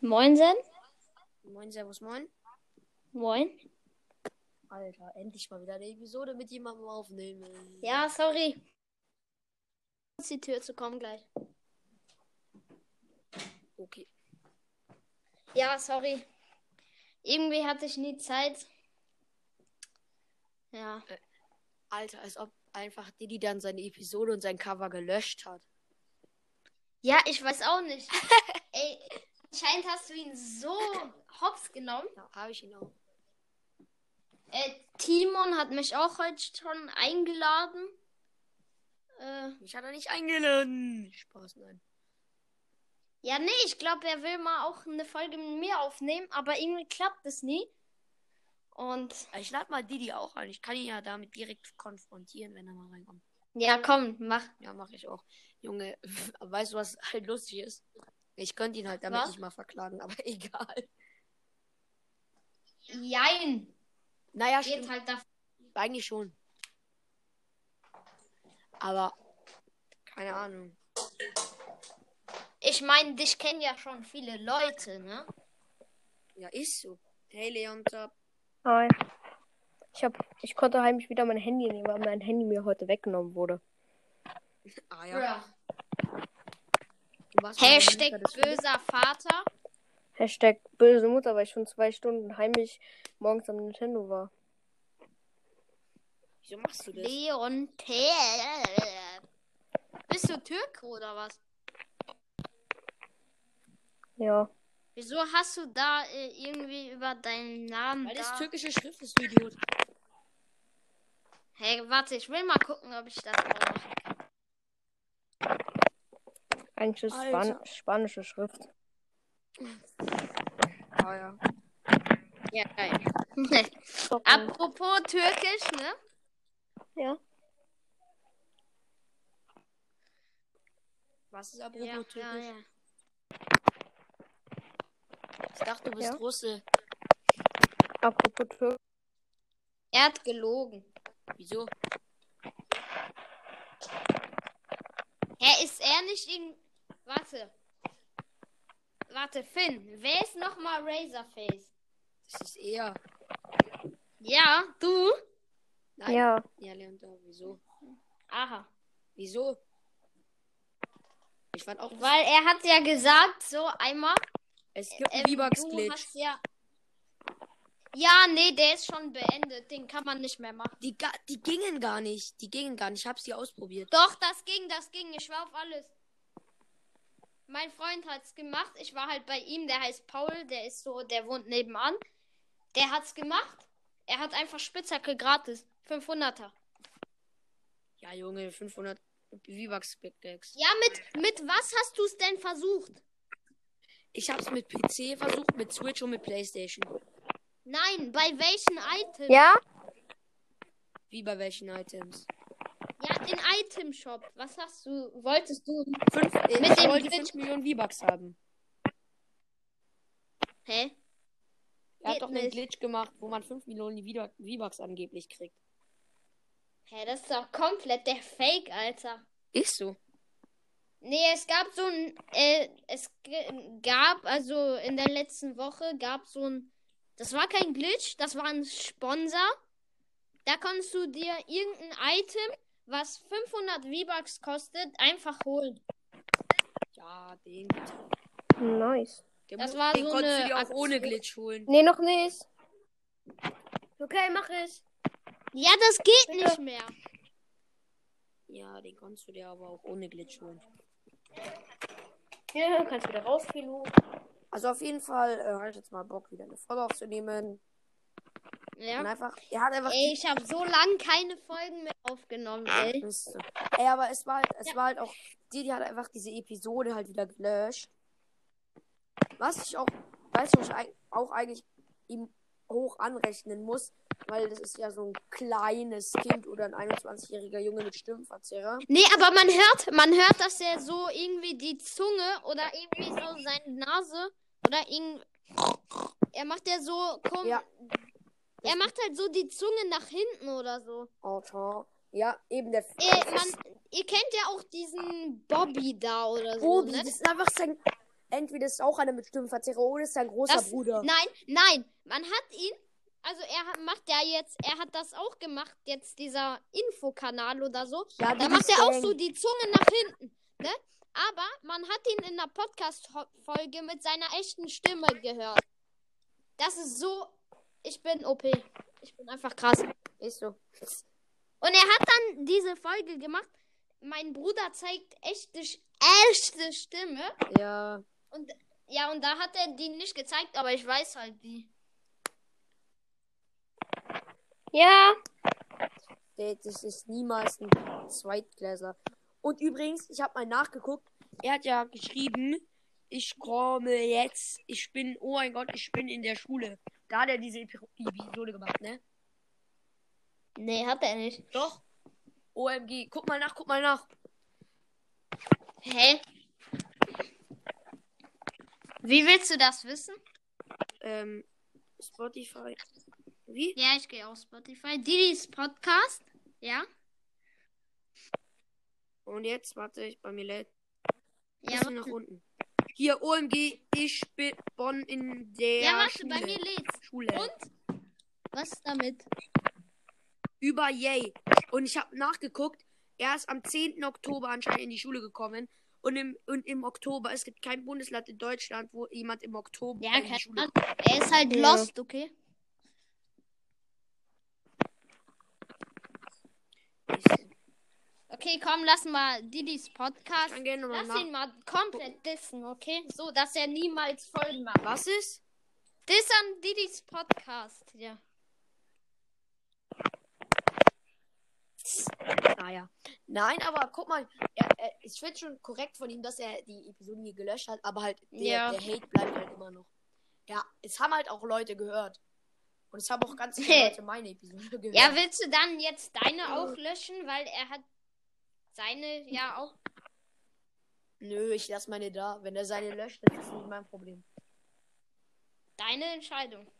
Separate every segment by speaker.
Speaker 1: Moinsen?
Speaker 2: Moin, Servus, moin.
Speaker 1: Moin.
Speaker 2: Alter, endlich mal wieder eine Episode mit jemandem aufnehmen.
Speaker 1: Ja, sorry. Aus die Tür zu kommen gleich.
Speaker 2: Okay.
Speaker 1: Ja, sorry. Irgendwie hatte ich nie Zeit. Ja.
Speaker 2: Alter, als ob einfach Didi dann seine Episode und sein Cover gelöscht hat.
Speaker 1: Ja, ich weiß auch nicht. Ey, anscheinend hast du ihn so hops genommen.
Speaker 2: Ja, habe ich ihn auch.
Speaker 1: Äh, Timon hat mich auch heute schon eingeladen. Äh,
Speaker 2: Mich hat er nicht eingeladen. Spaß, nein.
Speaker 1: ja, nee, ich glaube, er will mal auch eine Folge mit mir aufnehmen, aber irgendwie klappt es nie. Und
Speaker 2: Ich lade mal Didi auch ein. Ich kann ihn ja damit direkt konfrontieren, wenn er mal reinkommt.
Speaker 1: ja, komm, mach.
Speaker 2: Ja, mache ich auch. Junge, weißt du, was halt lustig ist? Ich könnte ihn halt damit
Speaker 1: Was?
Speaker 2: nicht mal verklagen, aber egal.
Speaker 1: Jein.
Speaker 2: Naja, stimmt.
Speaker 1: Geht halt davon.
Speaker 2: Eigentlich schon. Aber keine Ahnung.
Speaker 1: Ich meine, dich kennen ja schon viele Leute, ne?
Speaker 2: Ja, ist so. Hey Leon, Zap.
Speaker 3: Hi. Ich, hab, ich konnte heimlich wieder mein Handy nehmen, weil mein Handy mir heute weggenommen wurde.
Speaker 2: Ah ja.
Speaker 1: Ja.
Speaker 2: Du warst mal
Speaker 1: Hashtag
Speaker 2: Minister des Friedens.
Speaker 1: böser Vater.
Speaker 3: Hashtag böse Mutter, weil ich schon zwei Stunden heimlich morgens am Nintendo war.
Speaker 2: Wieso machst du das?
Speaker 1: Leon T. Bist du Türke oder was?
Speaker 3: Ja.
Speaker 1: Wieso hast du da äh, irgendwie über deinen Namen
Speaker 2: Weil das
Speaker 1: da?
Speaker 2: türkische Schrift ist, du Idiot.
Speaker 1: Hey, warte, ich will mal gucken, ob ich das auch mache.
Speaker 3: Eigentlich ist es
Speaker 2: Alter.
Speaker 3: Span spanische Schrift.
Speaker 2: Ah ja.
Speaker 1: Ja, geil. Apropos Türkisch, ne?
Speaker 3: Ja.
Speaker 2: Was ist apropos türkisch?
Speaker 1: ja.
Speaker 2: Ich dachte, du bist
Speaker 3: Ja.
Speaker 2: Russe.
Speaker 3: Apropos Tür
Speaker 1: Er hat gelogen.
Speaker 2: Wieso?
Speaker 1: Hä, ist er nicht in. Warte. Warte, Finn. Wer ist nochmal Razorface?
Speaker 2: Das ist eher.
Speaker 1: Ja, du?
Speaker 2: Nein.
Speaker 3: Ja.
Speaker 2: Ja, Leon, Zap. Wieso?
Speaker 1: Aha.
Speaker 2: Wieso? Ich fand auch,
Speaker 1: Weil er hat ja gesagt, so einmal.
Speaker 2: es gibt
Speaker 1: ähm,
Speaker 2: einen
Speaker 1: du
Speaker 2: V-Bucks-Glitch.
Speaker 1: hast ja. Ja, nee, der ist schon beendet. Den kann man nicht mehr machen.
Speaker 2: Die, ga- die gingen gar nicht. Die gingen gar nicht. Ich hab sie ausprobiert.
Speaker 1: Doch, das ging, das ging. Ich war auf alles. Mein Freund hat's gemacht. Ich war halt bei ihm. Der heißt Paul. Der ist so, der wohnt nebenan. Der hat's gemacht. Er hat einfach Spitzhacke gratis. 500er.
Speaker 2: Ja, Junge, 500 V-Bucks-Pickaxe.
Speaker 1: Ja, mit, mit was hast du's denn versucht?
Speaker 2: Ich hab's mit PC versucht, mit Switch und mit Playstation.
Speaker 1: Nein, bei welchen Item?
Speaker 3: Ja?
Speaker 2: Wie bei welchen Items?
Speaker 1: ja den Item-Shop. Was hast du, wolltest du?
Speaker 2: Fünf, äh,
Speaker 1: Mit
Speaker 2: ich
Speaker 1: dem
Speaker 2: wollte
Speaker 1: Glitch-
Speaker 2: 5 Millionen V-Bucks haben.
Speaker 1: Hä?
Speaker 2: Er hat
Speaker 1: Geht
Speaker 2: doch einen
Speaker 1: nicht.
Speaker 2: Glitch gemacht, wo man 5 Millionen Vida- V-Bucks angeblich kriegt.
Speaker 1: Hä, das ist doch komplett der Fake, Alter.
Speaker 2: Ist so.
Speaker 1: Nee, es gab so ein, äh, es g- gab, also in der letzten Woche gab so ein, das war kein Glitch, das war ein Sponsor. Da konntest du dir irgendein Item, was 500 V-Bucks kostet, einfach holen.
Speaker 2: Ja, den.
Speaker 3: Nice.
Speaker 2: den
Speaker 1: Das
Speaker 2: mu-
Speaker 1: war
Speaker 2: den
Speaker 1: so
Speaker 2: konntest
Speaker 1: eine
Speaker 2: du dir auch
Speaker 1: Aktion.
Speaker 2: ohne Glitch holen.
Speaker 3: Nee, noch nicht. Okay, mach ich.
Speaker 1: Ja, das geht nicht mehr.
Speaker 2: Ja, den konntest du dir aber auch ohne Glitch holen.
Speaker 3: Ja, kannst wieder raus, Filu.
Speaker 2: Also auf jeden Fall äh, hab ich jetzt mal Bock, wieder eine Folge aufzunehmen. Und
Speaker 1: Ja.
Speaker 2: einfach, er hat einfach
Speaker 1: Ey, ich habe so lange keine Folgen mehr aufgenommen, ey.
Speaker 2: Mist. Ey, aber es war halt, es war halt auch, die, die hat einfach diese Episode halt wieder gelöscht. Was ich auch, weiß ich eig- auch eigentlich ihm hoch anrechnen muss, weil das ist ja so ein kleines Kind oder ein 21-jähriger Junge mit Stimmverzerrer.
Speaker 1: Nee, aber man hört, man hört, dass er so irgendwie die Zunge oder irgendwie so seine Nase oder irgendwie. Er macht ja so komm,
Speaker 2: Ja.
Speaker 1: Er macht halt so die Zunge nach hinten oder so.
Speaker 2: Alter. Ja, eben der.
Speaker 1: Äh, man, ihr kennt ja auch diesen Bobby da oder so.
Speaker 2: Bobby,
Speaker 1: ne?
Speaker 2: das ist einfach sein. entweder ist auch einer mit Stimmverzerrung oder ist sein großer
Speaker 1: Das-
Speaker 2: Bruder.
Speaker 1: Nein, nein, man hat ihn. Also er hat- macht ja jetzt, er hat das auch gemacht, jetzt dieser Infokanal oder so. Da
Speaker 2: ja, die
Speaker 1: macht er auch
Speaker 2: Gang.
Speaker 1: so die Zunge nach hinten. Ne? Aber man hat ihn in einer Podcast-Folge mit seiner echten Stimme gehört. Das ist so. Ich bin OP. Ich bin einfach krass.
Speaker 2: Ist so.
Speaker 1: Und er hat dann diese Folge gemacht. Mein Bruder zeigt echte, Sch- echte Stimme.
Speaker 2: Ja.
Speaker 1: Ja, und da hat er die nicht gezeigt, aber ich weiß halt die.
Speaker 3: Ja.
Speaker 2: Der- Das ist niemals ein Zweitklässler. Und übrigens, ich habe mal nachgeguckt. Er hat ja geschrieben, ich komme jetzt, ich bin, oh mein Gott, ich bin in der Schule. Da hat er diese Epi- Episode gemacht, ne?
Speaker 1: Nee, hat er nicht.
Speaker 2: Doch. OMG. Guck mal nach, guck mal nach.
Speaker 1: Hä? Wie willst du das wissen?
Speaker 2: Ähm, Spotify. Wie?
Speaker 1: Ja, ich gehe auf Spotify. Didis Podcast. Ja?
Speaker 2: Und jetzt, warte, ich bei mir lädt.
Speaker 1: Ja,
Speaker 2: bisschen nach unten. Hier, OMG, ich bin Bonn in der
Speaker 1: ja warte,
Speaker 2: Schule.
Speaker 1: bei mir lädt's.
Speaker 2: Schule.
Speaker 1: Und? Was ist damit?
Speaker 2: über Yay. Und ich habe nachgeguckt, er ist am 10. Oktober anscheinend in die Schule gekommen. Und im, und im Oktober, es gibt kein Bundesland in Deutschland, wo jemand im Oktober
Speaker 1: Ja,
Speaker 2: in die
Speaker 1: keine
Speaker 2: Schule
Speaker 1: Ahnung. Er ist halt
Speaker 3: Ja.
Speaker 1: lost, okay?
Speaker 2: ist.
Speaker 1: Okay, komm, lass mal Didis
Speaker 2: Ich
Speaker 1: Podcast.
Speaker 2: kann gerne nochmal
Speaker 1: Lass
Speaker 2: nach.
Speaker 1: ihn mal komplett dissen, okay? So, dass er niemals Folgen macht.
Speaker 2: Was ist?
Speaker 1: Diss an Didis Podcast, ja.
Speaker 2: Naja. Nein, aber guck mal, er, er, ich finde schon korrekt von ihm, dass er die Episoden hier gelöscht hat, aber halt der,
Speaker 1: Ja.
Speaker 2: der Hate bleibt halt immer noch. Ja, es haben halt auch Leute gehört. Und es haben auch ganz viele Leute meine Episode gehört.
Speaker 1: Ja, willst du dann jetzt deine auch löschen, weil er hat seine ja auch.
Speaker 2: Nö, ich lasse meine da. Wenn er seine löscht, dann ist das nicht mein Problem.
Speaker 1: Deine Entscheidung.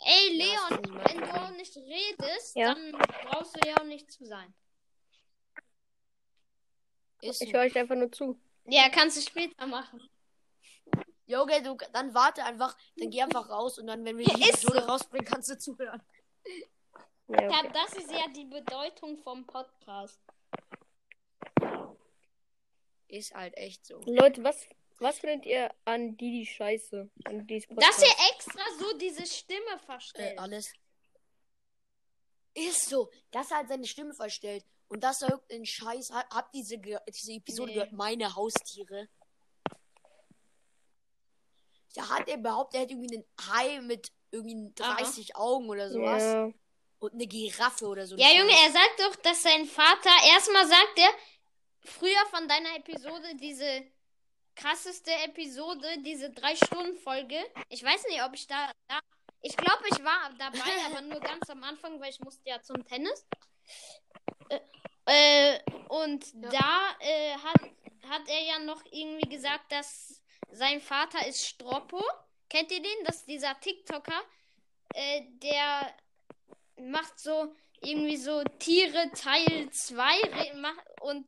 Speaker 1: Ey,
Speaker 2: Ja, ist
Speaker 1: Leon,
Speaker 2: nicht mein
Speaker 1: wenn du
Speaker 2: Problem.
Speaker 1: auch nicht redest,
Speaker 3: Ja.
Speaker 1: dann brauchst du ja auch nicht zu sein.
Speaker 2: Ist
Speaker 3: Ich höre euch einfach nur zu.
Speaker 1: Ja, kannst du später machen.
Speaker 2: Joge, du, dann warte einfach, dann geh einfach raus und dann, wenn wir die
Speaker 1: Ist
Speaker 2: Episode
Speaker 1: so.
Speaker 2: rausbringen, kannst du zuhören.
Speaker 3: Ja,
Speaker 1: Ja,
Speaker 3: okay.
Speaker 1: das ist ja die Bedeutung vom Podcast.
Speaker 2: Ist halt echt so.
Speaker 3: Leute, was, was findet ihr an Didi scheiße? An Didis
Speaker 1: Dass
Speaker 3: Podcast?
Speaker 1: er extra so diese Stimme
Speaker 2: Äh,
Speaker 1: verstellt.
Speaker 2: alles. Ist so, dass er halt seine Stimme verstellt und dass er irgendeinen Scheiß hat. Habt ihr diese, ge- diese Episode
Speaker 1: Nee.
Speaker 2: gehört? Meine Haustiere. Da hat er behauptet, er hätte irgendwie einen Hai mit irgendwie
Speaker 1: Aha.
Speaker 2: 30 Augen oder sowas.
Speaker 3: ja.
Speaker 2: Und eine Giraffe oder so.
Speaker 1: Ja, Junge, er sagt doch, dass sein Vater, erstmal sagt er, früher von deiner Episode, diese krasseste Episode, diese Drei-Stunden-Folge. Ich weiß nicht, ob ich da, da ich glaube, ich war dabei, aber nur ganz am Anfang, weil ich musste ja zum Tennis. Äh, äh, und
Speaker 2: Ja.
Speaker 1: da äh, hat, hat er ja noch irgendwie gesagt, dass sein Vater ist Stroppo. Kennt ihr den? Das ist dieser TikToker, äh, der macht so irgendwie so Tiere Teil 2 und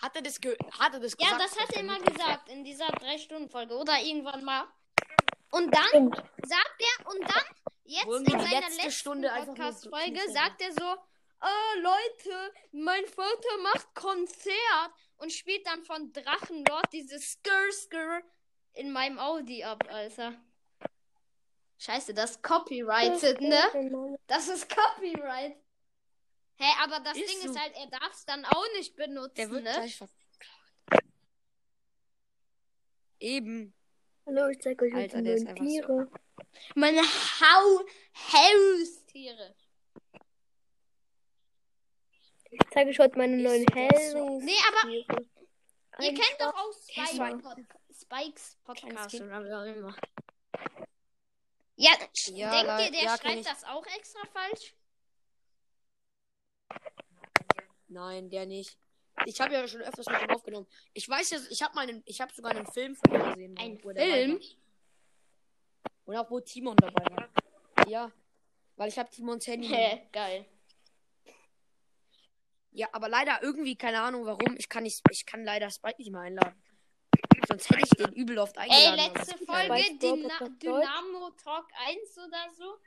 Speaker 2: Hat er das, ge hat er das
Speaker 1: ja,
Speaker 2: gesagt?
Speaker 1: das hat
Speaker 2: dass
Speaker 1: er immer
Speaker 2: mit-
Speaker 1: gesagt in dieser 3-Stunden-Folge oder irgendwann mal. Und dann
Speaker 3: Stimmt.
Speaker 1: sagt er, und dann, jetzt
Speaker 2: Wollen
Speaker 1: in
Speaker 2: wir
Speaker 1: seiner
Speaker 2: die letzte
Speaker 1: letzten
Speaker 2: Stunde einfach nur
Speaker 1: Podcast-Folge,
Speaker 2: so-
Speaker 1: sagt er so, äh, Leute, mein Vater macht Konzert und spielt dann von Drachenlord dieses Skr Skr in meinem Audi ab, Alter. Scheiße, das ist copyrighted, ne? Das ist Copyright. Hä, aber das
Speaker 2: Ist
Speaker 1: Ding
Speaker 2: so.
Speaker 1: ist halt, er darf es dann auch nicht benutzen,
Speaker 2: Der wird
Speaker 1: ne?
Speaker 2: gleich verklagt. Eben.
Speaker 3: Hallo, ich zeig euch
Speaker 2: Alter,
Speaker 3: jetzt die
Speaker 2: der ist
Speaker 3: neuen
Speaker 2: einfach so.
Speaker 3: Tiere.
Speaker 1: Meine Hau Haustiere.
Speaker 3: Ich zeige euch heute meine
Speaker 2: Ich
Speaker 3: neuen
Speaker 2: seh das so.
Speaker 3: Hellungs.
Speaker 1: Nee, aber
Speaker 3: Tiere.
Speaker 1: ihr kennt doch auch Spike
Speaker 2: Schwein.
Speaker 1: Pod Spikes
Speaker 2: Kleines
Speaker 1: Podcast
Speaker 2: Kind.
Speaker 1: oder wie auch immer. Ja, sch-
Speaker 2: Ja,
Speaker 1: denkt
Speaker 2: Leute,
Speaker 1: ihr, der
Speaker 2: ja, kenn ich.
Speaker 1: schreibt das auch extra falsch?
Speaker 2: Nein, der nicht. Ich habe ja schon öfters mit ihm aufgenommen. Ich weiß ja, ich habe meinen, ich habe sogar einen Film von ihm gesehen.
Speaker 1: Ein
Speaker 2: wo er dabei
Speaker 1: Film?
Speaker 2: war. Oder wo Timon dabei war. Ja. Weil ich habe Timons Handy.
Speaker 1: Hä, geil.
Speaker 2: Ja, aber leider irgendwie, keine Ahnung warum. Ich kann nicht, ich kann leider Spike nicht mehr einladen. Sonst hätte ich den übel oft
Speaker 1: Ey,
Speaker 2: eingeladen. aber
Speaker 1: letzte
Speaker 2: das geht leider
Speaker 1: Folge,
Speaker 2: nicht.
Speaker 3: Weiß Bro,
Speaker 1: Dyna
Speaker 3: Podcast
Speaker 1: Dynamo Talk 1 oder so.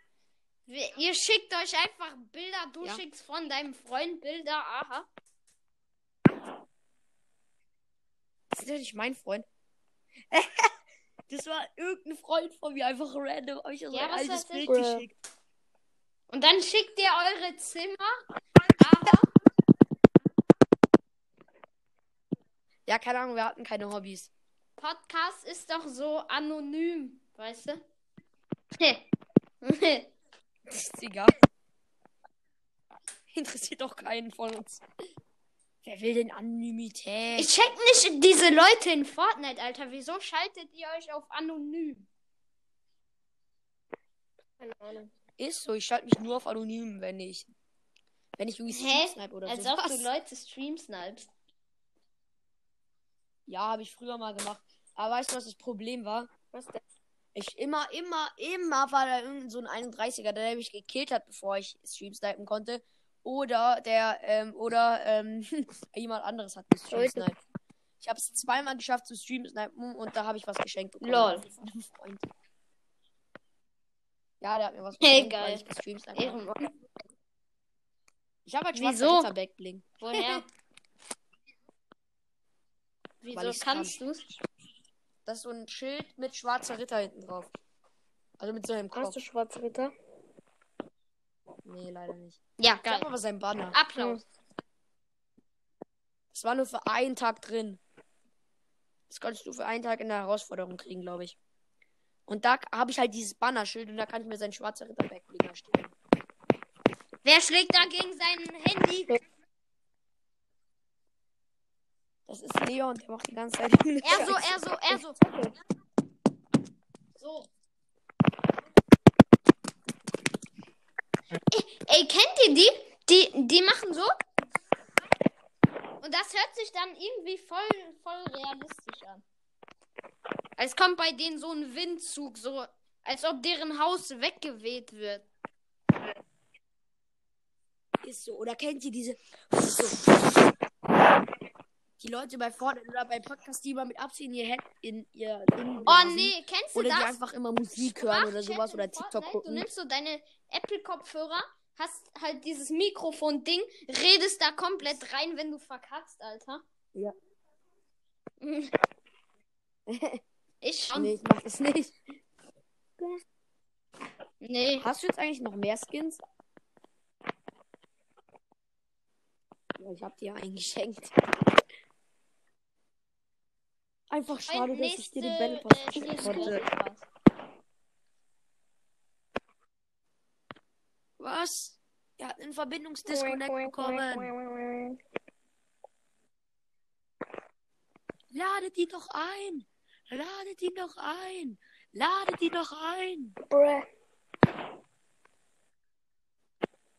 Speaker 1: Wir- Ihr schickt euch einfach Bilder, du
Speaker 2: Ja.
Speaker 1: schickst von deinem Freund Bilder, aha.
Speaker 2: Das ist ja nicht mein Freund. das war irgendein Freund von mir, einfach random. Hab ich ja, so
Speaker 1: Ja,
Speaker 2: ein
Speaker 1: was soll
Speaker 2: altes
Speaker 1: das?
Speaker 2: Bild
Speaker 3: Bruh.
Speaker 2: geschickt.
Speaker 1: Und dann schickt ihr eure Zimmer, aha.
Speaker 2: Ja, keine Ahnung, wir hatten keine Hobbys.
Speaker 1: Podcast ist doch so anonym, weißt du?
Speaker 2: Ist egal. Interessiert doch keinen von uns. Wer will denn Anonymität?
Speaker 1: ich check nicht diese Leute in Fortnite, Alter. Wieso schaltet ihr euch auf anonym?
Speaker 3: Keine Ahnung.
Speaker 2: ist so, ich schalte mich nur auf anonym, wenn ich. Wenn ich irgendwie
Speaker 1: Hä?
Speaker 2: Stream snipe oder
Speaker 1: Als
Speaker 2: so.
Speaker 1: ob
Speaker 2: Was?
Speaker 1: du Leute streamsnipest.
Speaker 2: Ja, habe ich früher mal gemacht. Aber weißt du, was das Problem war?
Speaker 3: Was denn?
Speaker 2: Ich immer, immer, immer war da irgendein so ein 31er, der mich gekillt hat, bevor ich Stream snipen konnte. Oder der, ähm, oder, ähm, jemand anderes hat mich Stream
Speaker 3: Leute.
Speaker 2: sniped. Ich habe es zweimal geschafft zu Stream snipen und da habe ich was geschenkt bekommen.
Speaker 1: Lol.
Speaker 2: Von einem Freund. Ja, der hat mir was
Speaker 1: Hey,
Speaker 2: geschenkt,
Speaker 1: geil.
Speaker 2: weil ich gestreamt habe.
Speaker 1: Ehrenmann.
Speaker 2: Ich habe halt
Speaker 1: Wieso?
Speaker 2: schwarzer Backbling.
Speaker 1: Woher?
Speaker 2: Weil ich's
Speaker 1: Wieso kannst du's?
Speaker 2: Das ist so ein Schild mit schwarzer Ritter hinten drauf. Also mit so einem Kopf.
Speaker 3: Hast du schwarze Ritter?
Speaker 2: Nee, leider nicht.
Speaker 1: Ja,
Speaker 2: Ich hab
Speaker 1: geil.
Speaker 2: aber sein Banner.
Speaker 1: Applaus.
Speaker 2: Das war nur für einen Tag drin. Das konntest du für einen Tag in der Herausforderung kriegen, glaube ich. Und da habe ich halt dieses Bannerschild und da kann ich mir seinen schwarzer Ritter Backbling erstellen.
Speaker 1: Wer schlägt da gegen sein Handy?
Speaker 2: Das ist Leon, der macht die ganze Zeit.
Speaker 1: Er so, er so, er so. So. Ey, ey, kennt ihr die? Die, die machen so. Und das hört sich dann irgendwie voll, voll realistisch an. Es kommt bei denen so ein Windzug, so als ob deren Haus weggeweht wird.
Speaker 2: Ist so. Oder kennt ihr diese. Die Leute bei Fortnite oder bei Podcast, die immer mit Absicht in ihr Head in ihr. In
Speaker 1: Oh nee, kennst du
Speaker 2: Oder die
Speaker 1: das?
Speaker 2: einfach immer Musik hören oder
Speaker 1: Sprachchat
Speaker 2: sowas
Speaker 1: in
Speaker 2: oder TikTok
Speaker 1: Fortnite, Du
Speaker 2: gucken.
Speaker 1: nimmst so deine Apple-Kopfhörer, hast halt dieses Mikrofon-Ding, redest da komplett rein, wenn du verkackst, Alter.
Speaker 2: Ja.
Speaker 1: Ich schon. Nee.
Speaker 2: Nee, ich mach das nicht. Hast du jetzt eigentlich noch mehr Skins? Ja, ich hab dir eingeschenkt. Einfach schade,
Speaker 1: Mein
Speaker 2: dass ich dir den
Speaker 1: nächste,
Speaker 2: Battle Pass
Speaker 1: äh,
Speaker 2: schenken
Speaker 1: nächste
Speaker 2: konnte.
Speaker 1: Podcast.
Speaker 2: Was? Er hat einen Verbindungsdisconnect bekommen.
Speaker 3: bekommen.
Speaker 2: Ladet ihn doch ein. Ladet ihn doch ein. Ladet ihn doch ein.
Speaker 3: Bruh.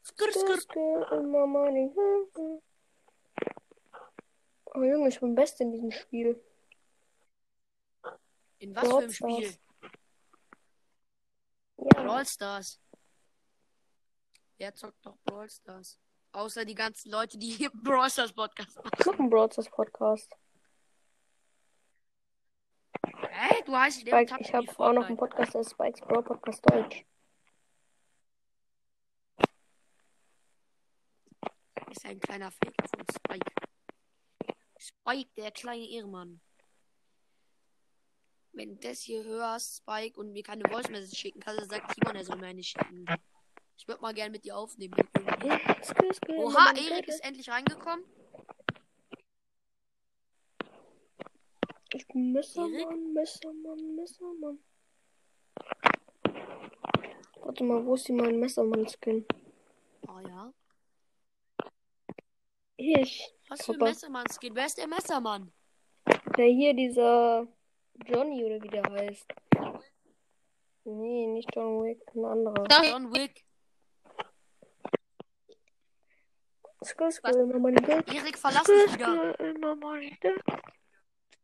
Speaker 2: Skrr, skrr.
Speaker 3: This girl in my money. Oh Junge, ich bin best in diesem Spiel.
Speaker 2: In was für
Speaker 3: Brawl
Speaker 2: einem Spiel?
Speaker 3: Stars. Ja.
Speaker 2: Brawl Stars. Wer zockt doch Brawl Stars? Außer die ganzen Leute, die hier Brawl Stars Podcast machen.
Speaker 3: Ich mach einen Broadcast Podcast.
Speaker 2: Hä? Du heißt Leon
Speaker 3: Spike,
Speaker 2: Tapke,
Speaker 3: ich habe
Speaker 2: die
Speaker 3: auch noch
Speaker 2: Fortnite.
Speaker 3: einen Podcast, der ist Spikes Bro Podcast Deutsch.
Speaker 2: Ist ein kleiner Fake von Spike. Spike, der kleine Ehrenmann. Wenn du das hier hörst, Spike, und mir keine Voice Message schicken kannst, dann sagt Timon, er soll mir eine schicken. Ich würde mal gerne mit dir aufnehmen.
Speaker 3: Excuse me,
Speaker 2: Oha,
Speaker 3: my
Speaker 2: Erik
Speaker 3: baby.
Speaker 2: ist endlich reingekommen.
Speaker 3: Ich
Speaker 2: Erik?
Speaker 3: bin Messermann, Messermann, Messermann. Warte mal, wo ist die mein Messermann-Skin?
Speaker 2: Oh ja.
Speaker 3: Ich.
Speaker 2: Was für ein
Speaker 3: Papa.
Speaker 2: Messermann-Skin? Wer ist der Messermann?
Speaker 3: Der hier, dieser Johnny oder wie der heißt. Nee, nicht John Wick, ein anderer.
Speaker 2: John Wick.
Speaker 3: Excuse
Speaker 2: Was?
Speaker 3: me, my money. baby.
Speaker 2: Erik, verlass mich wieder.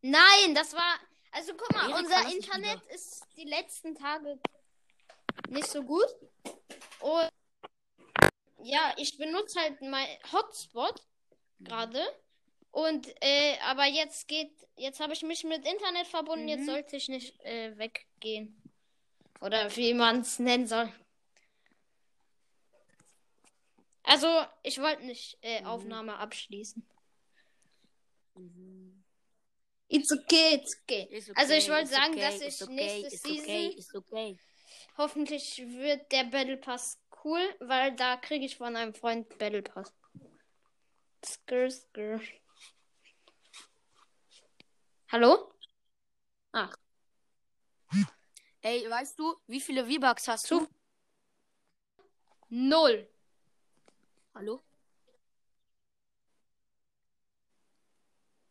Speaker 1: Nein, das war. Also guck mal,
Speaker 2: Erik,
Speaker 1: unser
Speaker 2: verlass dich
Speaker 1: Internet ist die letzten Tage nicht so gut. Und ja, ich benutze halt mein Hotspot
Speaker 2: Mhm.
Speaker 1: gerade. Und äh, aber jetzt geht, jetzt habe ich mich mit Internet verbunden, jetzt
Speaker 2: Mhm.
Speaker 1: sollte ich nicht äh, weggehen. Oder wie man es nennen soll. Also, ich wollte nicht äh,
Speaker 2: Mhm.
Speaker 1: Aufnahme abschließen.
Speaker 2: Mhm.
Speaker 1: It's okay, it's okay.
Speaker 2: Ist okay,
Speaker 1: Also ich wollte
Speaker 2: ist
Speaker 1: sagen,
Speaker 2: okay,
Speaker 1: dass
Speaker 2: ist
Speaker 1: ich
Speaker 2: okay,
Speaker 1: nächste
Speaker 2: ist okay,
Speaker 1: Season-
Speaker 2: ist okay.
Speaker 1: Hoffentlich wird der Battle Pass cool, weil da kriege ich von einem Freund Battle Pass. Skrr, skrr. Hallo?
Speaker 2: Ey, weißt du, wie viele V-Bucks hast
Speaker 1: Zu-
Speaker 2: du?
Speaker 1: Null.
Speaker 2: Hallo?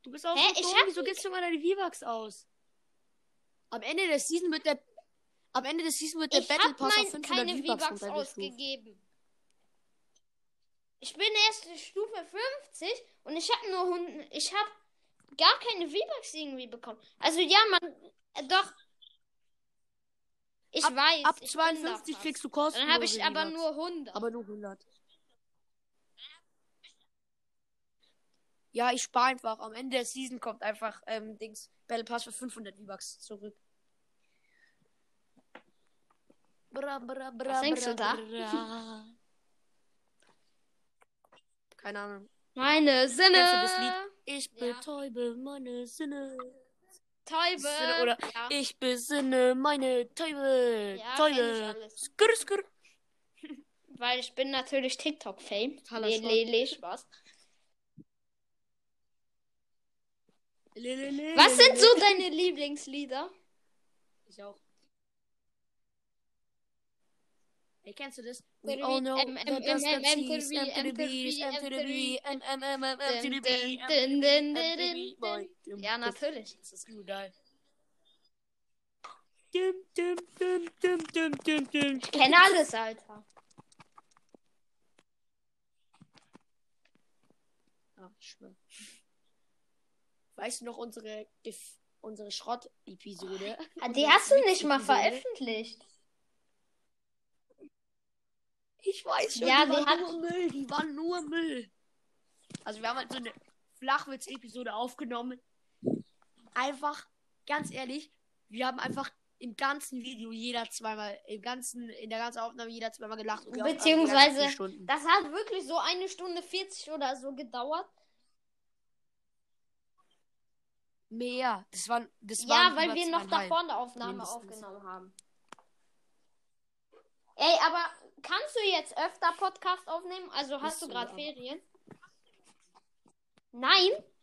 Speaker 2: Du bist auch
Speaker 1: Hä, ich
Speaker 2: so dumm,
Speaker 1: hab
Speaker 2: wieso gibst du mal deine V-Bucks aus? Am Ende der Season wird der am Ende der Season wird der
Speaker 1: ich
Speaker 2: Battle
Speaker 1: habe
Speaker 2: Pass auf
Speaker 1: mein,
Speaker 2: 500
Speaker 1: keine
Speaker 2: V-Bucks
Speaker 1: V-Bucks
Speaker 2: runtergestuft.
Speaker 1: ausgegeben. Ich bin erst in Stufe 50 und ich habe nur hun- ich habe gar keine V-Bucks irgendwie bekommen. Also ja, man äh, doch ich weiß,
Speaker 2: Ab
Speaker 1: ich bin da
Speaker 2: 52
Speaker 1: fast.
Speaker 2: kriegst du
Speaker 1: Dann habe
Speaker 2: kostenlose
Speaker 1: ich aber
Speaker 2: V-Bucks.
Speaker 1: nur 100.
Speaker 2: aber nur 100. Ja, ich spare einfach. Am Ende der Season kommt einfach ähm, Dings Battle Pass für 500 V-Bucks zurück. Bra, bra, bra,
Speaker 1: Was denkst du da?
Speaker 2: bra. Keine Ahnung.
Speaker 1: Meine Sinne.
Speaker 2: Kennst du das Lied? Ich
Speaker 1: Ja.
Speaker 2: betäube meine Sinne.
Speaker 1: Täube.
Speaker 2: Sinne oder-
Speaker 1: ja.
Speaker 2: Ich besinne meine Täube.
Speaker 1: Ja, kenn ich
Speaker 2: Täube.
Speaker 1: alles.
Speaker 2: Skrr, skrr.
Speaker 1: Weil ich bin natürlich TikTok-Fame.
Speaker 2: Totaler
Speaker 1: Le,
Speaker 2: Schrott.
Speaker 1: le, le, Spaß.
Speaker 2: Le, le, le,
Speaker 1: Was
Speaker 2: le,
Speaker 1: sind
Speaker 2: le.
Speaker 1: so deine Lieblingslieder?
Speaker 2: Ich auch. Ey, kennst du das?
Speaker 1: We
Speaker 2: We
Speaker 1: all
Speaker 2: all know
Speaker 1: know the
Speaker 2: that
Speaker 1: dust
Speaker 2: dust
Speaker 1: that
Speaker 2: that
Speaker 1: sees,
Speaker 2: sees, M
Speaker 1: M
Speaker 2: to the B's, M to the B, M, M, M, M, M to the B, M to the B, M to the B, boy.
Speaker 1: Ja, natürlich.
Speaker 2: Das ist gut, geil. Dum, dum, dum, dum, dum, dum, dum.
Speaker 1: Ich kenne alles, Alter.
Speaker 2: Ach, ich schwör. Weißt du noch unsere, Gef- unsere Schrott-Episode?
Speaker 1: Ah, Die hast du nicht mal
Speaker 2: ne?
Speaker 1: veröffentlicht.
Speaker 2: Ich weiß schon,
Speaker 1: Ja,
Speaker 2: die
Speaker 1: die
Speaker 2: waren
Speaker 1: hat-
Speaker 2: nur Müll, die waren nur Müll. Also wir haben halt so eine Flachwitz-Episode aufgenommen. Einfach, ganz ehrlich, wir haben einfach im ganzen Video jeder zweimal, im ganzen, in der ganzen Aufnahme jeder zweimal gelacht. Und wir haben
Speaker 1: Beziehungsweise-
Speaker 2: also vier Stunden.
Speaker 1: Das hat wirklich so eine Stunde 40 oder so gedauert.
Speaker 2: Mehr. Das waren, das
Speaker 1: Ja,
Speaker 2: waren
Speaker 1: weil
Speaker 2: über
Speaker 1: wir noch
Speaker 2: zweieinhalb.
Speaker 1: davor eine Aufnahme
Speaker 2: mindestens.
Speaker 1: aufgenommen haben. Ey, aber kannst du jetzt öfter Podcast aufnehmen? Also hast
Speaker 2: Ist
Speaker 1: du
Speaker 2: so,
Speaker 1: gerade
Speaker 2: aber-
Speaker 1: Ferien? Nein?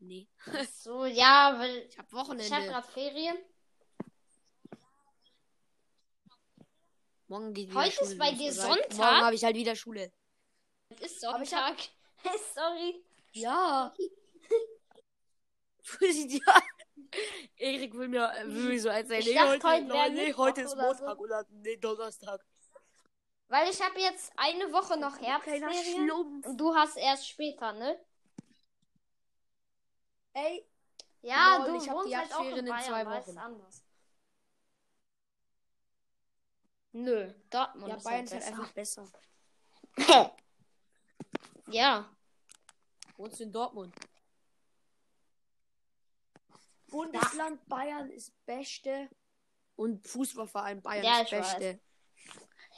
Speaker 2: Nee,
Speaker 1: So, ja, weil
Speaker 2: ich hab
Speaker 1: ich habe
Speaker 2: Wochenende.
Speaker 1: gerade Ferien.
Speaker 2: Morgen geht wieder
Speaker 1: Heute ist
Speaker 2: Schule
Speaker 1: bei
Speaker 2: los,
Speaker 1: dir
Speaker 2: oder?
Speaker 1: Sonntag?
Speaker 2: Morgen habe ich halt wieder Schule.
Speaker 1: Es ist
Speaker 2: Aber ich
Speaker 1: Sonntag. Sorry.
Speaker 2: Ja. ja. Erik will mir, äh, will mir so erzählen.
Speaker 1: Ich
Speaker 2: Nee,
Speaker 1: dachte,
Speaker 2: heute,
Speaker 1: heute wäre
Speaker 2: nein, nee,
Speaker 1: Mittwoch
Speaker 2: heute ist
Speaker 1: oder so.
Speaker 2: Montag oder nee, Donnerstag.
Speaker 1: Weil ich habe jetzt eine Woche noch
Speaker 2: Kleiner
Speaker 1: Herbstferien.
Speaker 2: Schlumpf.
Speaker 1: Und du hast erst später, ne?
Speaker 2: Ey,
Speaker 1: Ja,
Speaker 2: Lol,
Speaker 1: du
Speaker 2: ich hab die
Speaker 1: wohnst halt auch in
Speaker 2: Herbstferien in
Speaker 1: Bayern,
Speaker 2: zwei
Speaker 1: weil es
Speaker 2: Wochen.
Speaker 1: anders. Nö, Dortmund
Speaker 2: ja,
Speaker 1: ist
Speaker 2: Bayern
Speaker 1: halt
Speaker 2: ist halt
Speaker 1: besser.
Speaker 2: einfach besser.
Speaker 1: Ja.
Speaker 2: Wohnst du in Dortmund? Bundesland Bayern ist Beste. Und Fußballverein Bayern
Speaker 1: Ja,
Speaker 2: ist
Speaker 1: ich weiß.
Speaker 2: Beste.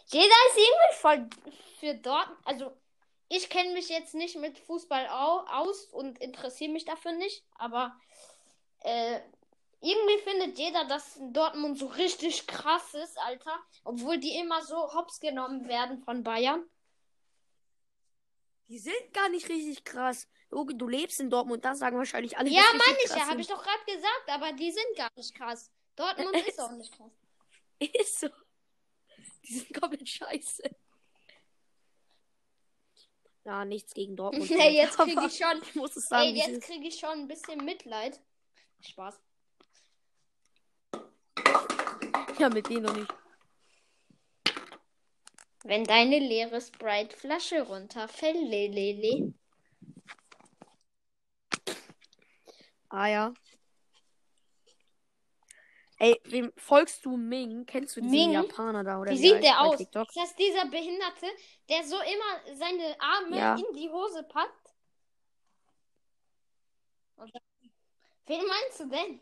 Speaker 1: Jeder ist irgendwie voll für Dortmund. Also, ich kenne mich jetzt nicht mit Fußball au aus und interessiere mich dafür nicht, aber äh, irgendwie findet jeder, dass Dortmund so richtig krass ist, Alter. Obwohl die immer so hops genommen werden von Bayern.
Speaker 2: Die sind gar nicht richtig krass. Logi, du lebst in Dortmund, das sagen wahrscheinlich alle.
Speaker 1: ja,
Speaker 2: dass richtig
Speaker 1: meine ich
Speaker 2: krass
Speaker 1: ja, habe
Speaker 2: sind.
Speaker 1: ich doch gerade gesagt, aber die sind gar nicht krass. Dortmund ist auch nicht krass.
Speaker 2: Ist so. Die sind komplett scheiße. Ja, nichts gegen Dortmund.
Speaker 1: Nee, jetzt krieg
Speaker 2: Aber
Speaker 1: ich schon-
Speaker 2: Ich muss es sagen.
Speaker 1: Ey,
Speaker 2: wie sie
Speaker 1: jetzt kriege ich schon ein bisschen Mitleid. Spaß.
Speaker 2: es- ja, mit denen noch nicht.
Speaker 1: Wenn deine leere Sprite-Flasche runterfällt, lelele.
Speaker 2: Ah ja. Ey, wem folgst du Ming? Kennst du diesen
Speaker 1: Ming?
Speaker 2: Japaner da oder
Speaker 1: Wie
Speaker 2: heißt
Speaker 1: sieht der
Speaker 2: bei
Speaker 1: aus?
Speaker 2: TikTok?
Speaker 1: Ist das dieser Behinderte, der so immer seine Arme
Speaker 2: Ja.
Speaker 1: in die Hose packt? Und dann- Wen meinst du denn?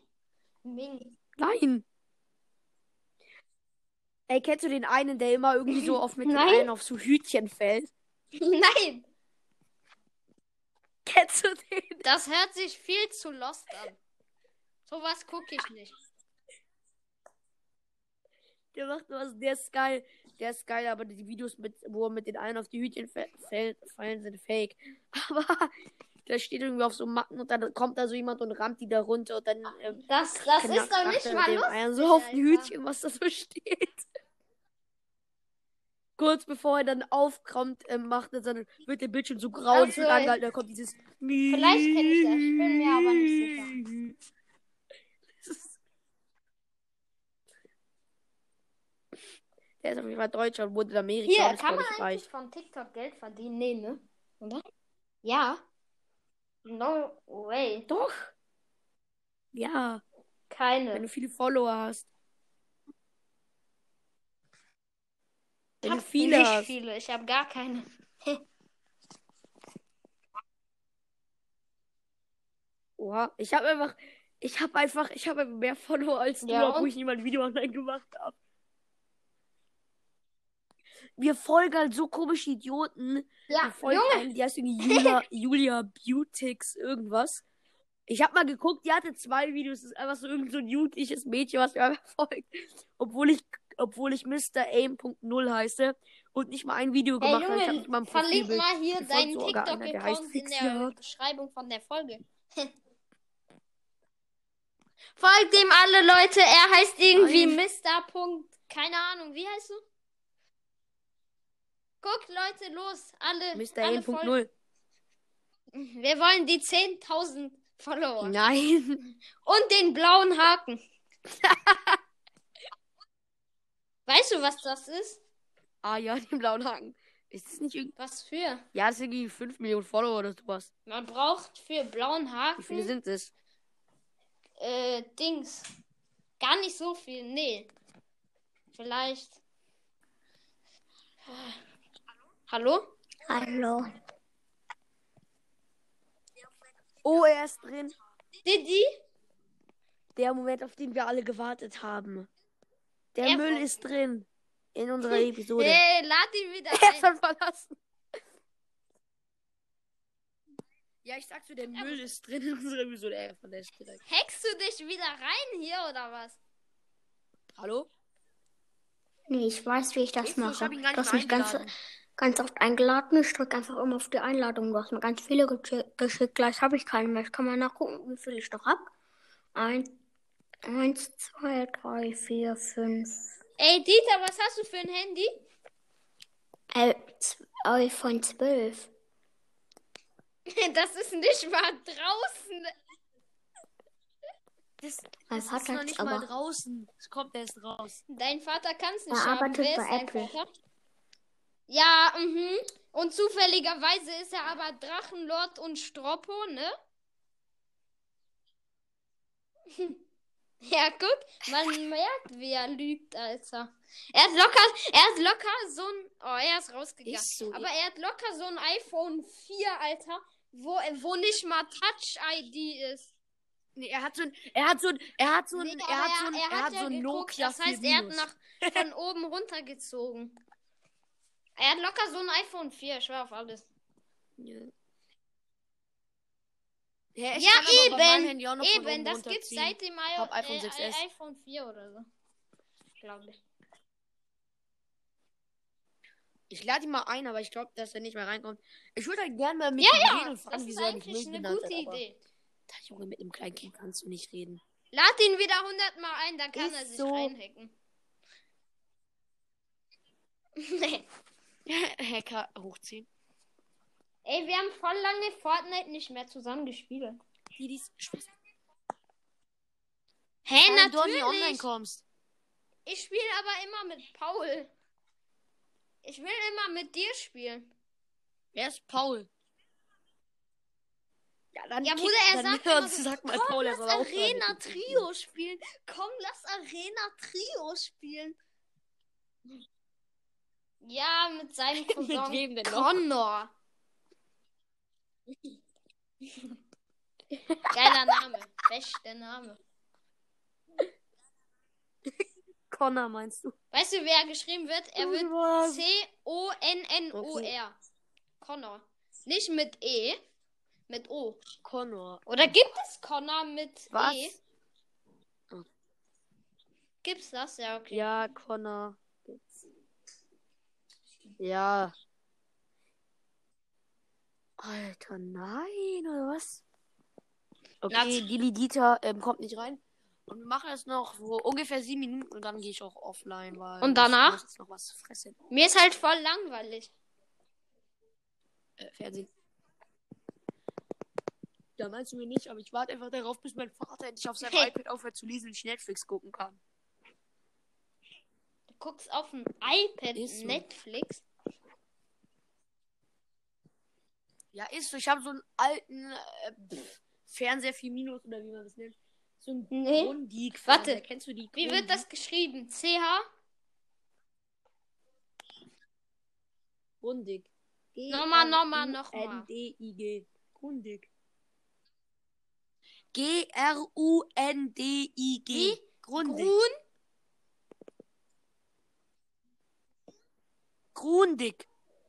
Speaker 1: Ming.
Speaker 2: Nein. Ey, kennst du den einen, der immer irgendwie so auf mit den
Speaker 1: Nein.
Speaker 2: einen auf so Hütchen fällt?
Speaker 1: Nein,
Speaker 2: Kennst du den?
Speaker 1: das hört sich viel zu lost an. Sowas gucke ich nicht.
Speaker 2: Der macht was, der ist geil. Der ist geil, aber die Videos, mit, wo er mit den einen auf die Hütchen fä- fällt, fallen, sind fake. Aber der steht irgendwie auf so Matten und dann kommt da so jemand und rammt die da runter und dann ähm,
Speaker 1: Das, das
Speaker 2: knackt-
Speaker 1: ist doch
Speaker 2: knackt
Speaker 1: nicht
Speaker 2: er mit
Speaker 1: mal
Speaker 2: dem
Speaker 1: lustig.
Speaker 2: Eiern so auf
Speaker 1: Alter.
Speaker 2: ein Hütchen, was da so steht. Kurz bevor er dann aufkommt, ähm, macht er dann, wird der Bildschirm so grau und
Speaker 1: Also,
Speaker 2: so angehalten, dann kommt dieses
Speaker 1: Vielleicht kenn ich das, ich bin mir aber nicht
Speaker 2: sicher. Der ist auf jeden Fall Deutscher und wurde in Amerika
Speaker 1: Hier,
Speaker 2: und ist,
Speaker 1: kann man
Speaker 2: glaub ich,
Speaker 1: eigentlich
Speaker 2: reich.
Speaker 1: von TikTok Geld verdienen? Nee, ne? Oder? Ja. No way.
Speaker 2: Doch. Ja, wenn
Speaker 1: Keine.
Speaker 2: du viele Follower hast. Wenn du
Speaker 1: hab
Speaker 2: viele
Speaker 1: nicht
Speaker 2: hast.
Speaker 1: viele, ich habe gar keine.
Speaker 2: Oha, ich habe einfach, ich habe einfach, ich habe mehr Follower als du,
Speaker 1: Ja,
Speaker 2: obwohl
Speaker 1: und?
Speaker 2: ich niemand Video online gemacht habe. Wir folgen halt so komische Idioten.
Speaker 1: Ja,
Speaker 2: Wir folgen einem, die heißt irgendwie Julia, Julia Beautix irgendwas. Ich habe mal geguckt, die hatte zwei Videos. Das ist einfach so irgend so ein jugendliches Mädchen, was mir einfach folgt. Obwohl ich, obwohl ich Mr. Aim.0 heiße und nicht mal ein Video
Speaker 1: Ey,
Speaker 2: gemacht habe. Ich hab nicht mal
Speaker 1: Junge,
Speaker 2: ein
Speaker 1: verlink
Speaker 2: Profilbild.
Speaker 1: mal hier
Speaker 2: Mir folgt
Speaker 1: deinen
Speaker 2: sogar einer, der heißt
Speaker 1: TikTok-Account in der
Speaker 2: Fixiat.
Speaker 1: Beschreibung von der Folge. Folgt dem alle Leute, er heißt irgendwie
Speaker 2: Nein.
Speaker 1: Mr. Punkt. Keine Ahnung, wie heißt du? Guckt Leute los, alle.
Speaker 2: Mr.
Speaker 1: alle folgen.
Speaker 2: Aim.0.
Speaker 1: Wir wollen die 10.000 Follower.
Speaker 2: Nein.
Speaker 1: Und den blauen Haken. weißt du, was das ist?
Speaker 2: Ah ja, den blauen Haken. Ist das nicht irgendwie.
Speaker 1: Was für?
Speaker 2: Ja, das sind irgendwie 5 Millionen Follower oder sowas.
Speaker 1: Man braucht für blauen
Speaker 2: Wie viele
Speaker 1: Haken
Speaker 2: sind es?
Speaker 1: äh, Dings. Gar nicht so viel, nee. Vielleicht. Hallo?
Speaker 3: Hallo.
Speaker 2: Oh, er ist drin.
Speaker 1: Didi?
Speaker 2: Der Moment, auf den wir alle gewartet haben. Der
Speaker 1: Er-
Speaker 2: Müll ist drin. In unserer Episode.
Speaker 1: Hey, lad ihn wieder
Speaker 2: er ist
Speaker 1: ein.
Speaker 2: dann verlassen. Ja, ich sag dir, der Müll ist drin in unserer Episode. Er verlässt direkt.
Speaker 1: Hackst du dich wieder rein hier oder was?
Speaker 2: Hallo?
Speaker 4: Nee, ich weiß, wie ich das
Speaker 2: Siehst du, ich
Speaker 4: mache.
Speaker 2: hab ihn gar
Speaker 4: du
Speaker 2: nicht
Speaker 4: hast mich ganz,
Speaker 2: eingeladen.
Speaker 4: ganz oft eingeladen. Ich drücke einfach immer auf die Einladung. Du hast mir ganz viele geschi- geschickt. Gleich habe ich keinen mehr. Ich kann mal nachgucken, wie viele ich noch habe. Eins, eins, zwei, drei, vier, fünf,
Speaker 1: Ey, Dieter, was hast du für ein Handy?
Speaker 4: elf, zwei von zwölf.
Speaker 1: Das ist nicht mal draußen.
Speaker 2: Das,
Speaker 4: Mein
Speaker 2: das ist
Speaker 4: Vater
Speaker 2: noch
Speaker 4: hat's
Speaker 2: nicht mal
Speaker 4: aber.
Speaker 2: draußen. Es kommt, der ist raus.
Speaker 1: Dein Vater kann es nicht
Speaker 4: Er
Speaker 1: haben.
Speaker 4: arbeitet
Speaker 1: Wer
Speaker 4: bei
Speaker 1: ist dein
Speaker 4: Apple.
Speaker 1: Vater? Ja, mhm. Und zufälligerweise ist er aber Drachenlord und Stroppo, ne? Ja, guck, man merkt, wie er lügt, Alter. Er hat locker, er hat locker so ein, oh, er ist rausgegangen.
Speaker 2: Ist so.
Speaker 1: Aber er hat locker so ein iPhone 4, Alter, wo, wo nicht mal Touch-ID ist.
Speaker 2: Nee, er hat so ein. Er hat so ein. Er hat so ein.
Speaker 1: Nee, aber
Speaker 2: er hat so ein. Er, hat
Speaker 1: ja
Speaker 2: so ein
Speaker 1: geguckt,
Speaker 2: Nokia
Speaker 1: Das heißt,
Speaker 2: 4
Speaker 1: er hat
Speaker 2: Minus.
Speaker 1: nach, von oben runtergezogen. Er hat locker so ein iPhone 4, ich schwör auf alles.
Speaker 2: Ja, ja,
Speaker 1: Ja,
Speaker 2: kann aber bei meinem
Speaker 1: eben,
Speaker 2: Handy auch noch von
Speaker 1: Eben,
Speaker 2: oben
Speaker 1: das gibt's
Speaker 2: runterziehen.
Speaker 1: seit dem I
Speaker 2: Hab iPhone
Speaker 1: äh,
Speaker 2: 6S.
Speaker 1: iPhone 4 oder so. Glaube ich.
Speaker 2: Ich lade ihn mal ein, aber ich glaube, dass er nicht mehr reinkommt. Ich würde halt gerne mal mit
Speaker 1: Ja,
Speaker 2: ihm reden
Speaker 1: ja,
Speaker 2: und fragen,
Speaker 1: das ist
Speaker 2: wieso er nicht
Speaker 1: eigentlich
Speaker 2: Milch
Speaker 1: eine
Speaker 2: genannt
Speaker 1: gute
Speaker 2: hat, genau, aber
Speaker 1: Idee.
Speaker 2: Da, Junge, mit einem kleinen Kind kannst du nicht reden.
Speaker 1: Lad ihn wieder 100 Mal ein, dann kann
Speaker 2: Ist
Speaker 1: er sich
Speaker 2: so.
Speaker 1: reinhacken. nee.
Speaker 2: Hacker hochziehen.
Speaker 1: Ey, wir haben voll lange Fortnite nicht mehr zusammen gespielt.
Speaker 2: Die, die Spaß. Äh,
Speaker 1: Hä,
Speaker 2: Wenn du nie online
Speaker 1: natürlich.
Speaker 2: kommst.
Speaker 1: Ich spiele aber immer mit Paul. Ich will immer mit dir spielen.
Speaker 2: Wer ist Paul?
Speaker 3: Ja, dann
Speaker 1: Ja,
Speaker 3: kick-
Speaker 1: Bruder, er
Speaker 3: dann
Speaker 1: sagt immer so,
Speaker 3: sag mal,
Speaker 1: komm,
Speaker 3: Paul, er
Speaker 1: lass
Speaker 3: soll aufhören.
Speaker 1: Arena Trio spielen. Komm, lass Arena Trio spielen. Ja, mit seinem
Speaker 3: Mit
Speaker 1: Cousin
Speaker 3: wem denn noch?
Speaker 1: Connor. Geiler Name. Bester Name.
Speaker 2: Connor meinst du?
Speaker 1: Weißt du, wer geschrieben wird? Er wird C-O-N-N-O-R. Connor. Nicht mit E, mit O.
Speaker 3: Connor.
Speaker 1: Oder gibt es Connor mit
Speaker 2: Was?
Speaker 1: E? Gibt's das? Ja, okay.
Speaker 2: Ja, Connor. Ja. Alter, nein, oder was?
Speaker 1: Na,
Speaker 2: Okay, Lili Dieter ähm, kommt nicht rein. Und mach das noch so ungefähr sieben Minuten und dann gehe ich auch offline, weil
Speaker 1: Und danach?
Speaker 2: ich muss jetzt noch was fressen.
Speaker 1: Mir ist halt voll langweilig.
Speaker 2: Äh, Fernsehen. Ja, meinst du mir nicht, aber ich warte einfach darauf, bis mein Vater endlich auf seinem
Speaker 1: Hey.
Speaker 2: iPad aufhört zu lesen und ich Netflix gucken kann.
Speaker 1: Du guckst auf dem iPad
Speaker 2: Ist so.
Speaker 1: Netflix.
Speaker 2: Ja, ist so. Ich habe so einen alten äh, pff, Fernseher 4 Minus oder wie man das nennt. So einen
Speaker 1: Nee.
Speaker 2: Grundig.
Speaker 1: Warte.
Speaker 2: Kennst du die?
Speaker 1: Wie wird das geschrieben? CH?
Speaker 2: Grundig.
Speaker 1: Nochmal, nochmal, nochmal.
Speaker 2: N-D-I-G. Grundig. G-R-U-N-D-I-G.
Speaker 1: Wie?
Speaker 2: Grundig.
Speaker 1: Grun?
Speaker 2: Grundig.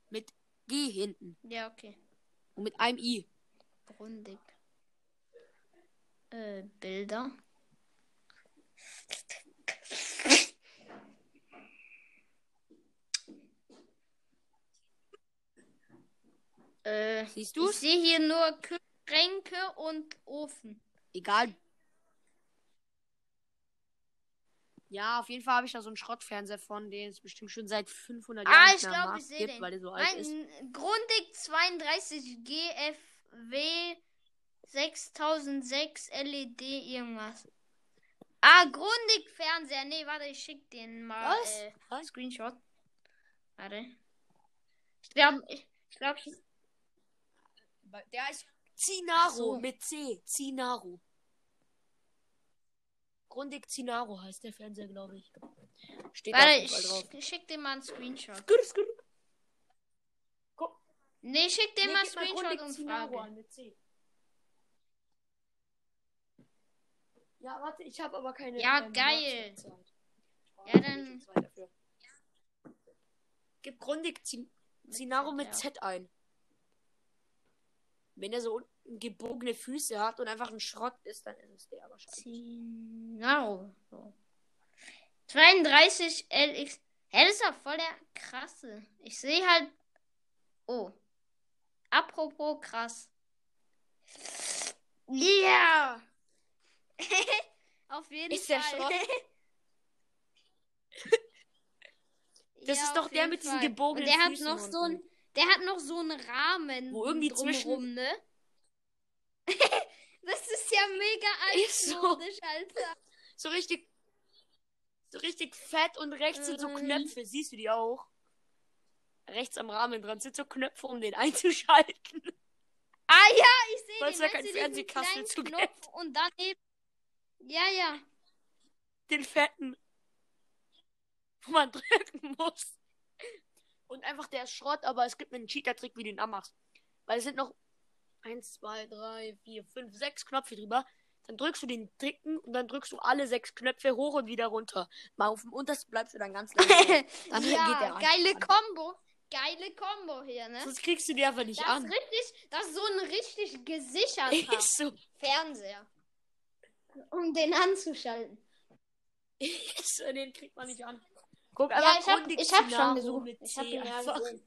Speaker 2: Mit G hinten.
Speaker 1: Ja, okay.
Speaker 2: Und mit einem I.
Speaker 1: Grundig. Äh, Bilder. Äh,
Speaker 2: Siehst
Speaker 1: ich
Speaker 2: du's?
Speaker 1: sehe hier nur Kränke und Ofen.
Speaker 2: Egal. Ja, auf jeden Fall habe ich da so einen Schrottfernseher von, den es bestimmt schon seit 500
Speaker 1: Ah,
Speaker 2: Jahren
Speaker 1: ich
Speaker 2: nicht mehr am
Speaker 1: glaub, ich
Speaker 2: Markt
Speaker 1: seh
Speaker 2: gibt,
Speaker 1: den.
Speaker 2: weil der so alt ist.
Speaker 1: Ein Grundig 32 GFW 6006 LED E irgendwas. Ah, Grundig Fernseher. Nee, warte, ich schick den mal.
Speaker 2: Was?
Speaker 1: Äh,
Speaker 2: Was?
Speaker 1: Screenshot. Warte. Ich glaube, ich, ich glaube, ich,
Speaker 2: Der ist Cinaro
Speaker 1: Ach so.
Speaker 2: mit C. Cinaro. Grundig Cinaro heißt der Fernseher, glaube ich. Steht da auf
Speaker 1: warte,
Speaker 2: jeden
Speaker 1: ich
Speaker 2: Fall drauf.
Speaker 1: sch- schick dir mal einen Screenshot.
Speaker 2: Skrrt, skrrt.
Speaker 1: Nee, schick dir
Speaker 2: Nee,
Speaker 1: mal einen
Speaker 2: gib mal
Speaker 1: Screenshot
Speaker 2: Grundig
Speaker 1: und
Speaker 2: Cinaro
Speaker 1: Frage.
Speaker 2: an mit C. Ja, warte, ich habe aber keine.
Speaker 1: Ja,
Speaker 2: ähm,
Speaker 1: geil.
Speaker 2: Nachschubzeit.
Speaker 1: Ja, dann-
Speaker 2: Zwei dafür. Gib Grundig Zin Zinaro mit
Speaker 1: ja.
Speaker 2: Z ein. Wenn er so unten gebogene Füße hat und einfach ein Schrott ist, dann ist es der wahrscheinlich.
Speaker 1: Genau. So. 32 LX. Hä, das ist ja voll der krasse. Ich sehe halt. Oh. Apropos krass. Yeah! Auf jeden
Speaker 2: Ist
Speaker 1: Fall.
Speaker 2: der Schrott? Das
Speaker 1: Ja,
Speaker 2: ist doch
Speaker 1: auf
Speaker 2: der
Speaker 1: jeden
Speaker 2: mit diesen
Speaker 1: Fall.
Speaker 2: gebogenen
Speaker 1: Und der
Speaker 2: Füßen
Speaker 1: hat noch so
Speaker 2: unten.
Speaker 1: ein, der hat noch so einen Rahmen
Speaker 2: Wo irgendwie
Speaker 1: drumherum,
Speaker 2: zwischen-
Speaker 1: ne? das ist ja mega
Speaker 2: Ist so.
Speaker 1: altmodisch, Alter.
Speaker 2: So richtig. So richtig fett und rechts sind so
Speaker 1: Ähm.
Speaker 2: Knöpfe. Siehst du die auch? Rechts am Rahmen dran sind so Knöpfe, um den einzuschalten.
Speaker 1: Ah ja, ich sehe
Speaker 2: Weil es
Speaker 1: den.
Speaker 2: da keinen
Speaker 1: Meinst du diesen
Speaker 2: Fernsehkasten
Speaker 1: kleinen
Speaker 2: zu
Speaker 1: Knopf und daneben. Ja, ja.
Speaker 2: Den fetten. Wo man drücken muss. Und einfach der ist Schrott, aber es gibt einen Cheater-Trick, wie du ihn anmachst. Weil es sind noch 1, 2, 3, 4, 5, 6 Knöpfe drüber. Dann drückst du den dicken und dann drückst du alle sechs Knöpfe hoch und wieder runter. Mal auf dem untersten bleibst du dann ganz lange. Dann
Speaker 1: ja,
Speaker 2: geht der an.
Speaker 1: geile Combo. Geile Combo hier, ne?
Speaker 2: Sonst kriegst du die einfach nicht
Speaker 1: Das
Speaker 2: an.
Speaker 1: ist richtig, das ist so ein richtig gesicherter
Speaker 2: Ist so.
Speaker 1: Fernseher. Um den anzuschalten.
Speaker 2: Ist so, den kriegt man nicht an. Guck
Speaker 1: Ja, ich hab, ich hab schon gesucht. Ich hab ihn ja
Speaker 2: einfach.
Speaker 1: gesehen.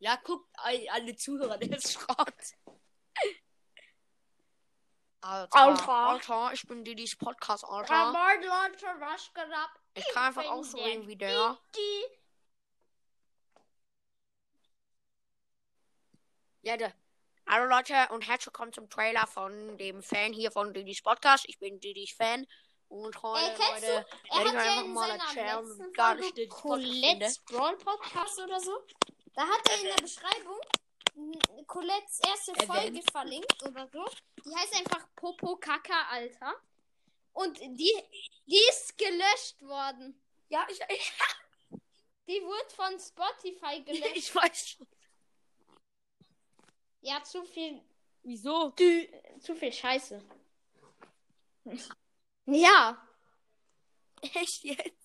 Speaker 2: Ja, guckt all- alle Zuhörer, der ist Schrott. Alter,
Speaker 1: Alter.
Speaker 2: Alter, ich bin Didis Podcast,
Speaker 1: Drei
Speaker 2: Alter.
Speaker 1: Mal Leute, was geht ab?
Speaker 2: Ich kann einfach
Speaker 1: bin
Speaker 2: auch so
Speaker 1: der
Speaker 2: reden wie der.
Speaker 1: Die.
Speaker 2: Ja, der. Hallo Leute und herzlich willkommen zum Trailer von dem Fan hier von Didis Podcast. Ich bin Didis Fan. Und heute,
Speaker 1: Ey, kennst Er
Speaker 2: Leute, werde
Speaker 1: hat
Speaker 2: ich
Speaker 1: ja
Speaker 2: einfach
Speaker 1: in
Speaker 2: mal
Speaker 1: seiner
Speaker 2: erzählen,
Speaker 1: letzten
Speaker 2: wie geil ich
Speaker 1: Folge
Speaker 2: Didis Podcast finde.
Speaker 1: Colette's Brawl Podcast oder so, da hat er in der Beschreibung n- Colettes erste
Speaker 2: Erwähnt.
Speaker 1: Folge verlinkt oder so. Die heißt einfach Popo Kaka Alter. Und die, die ist gelöscht worden.
Speaker 2: Ja, ich, ich,
Speaker 1: Die wurde von Spotify gelöscht.
Speaker 2: ich weiß schon.
Speaker 1: Ja, zu viel,
Speaker 2: Wieso?
Speaker 1: zu viel Scheiße. Ja.
Speaker 2: Echt jetzt?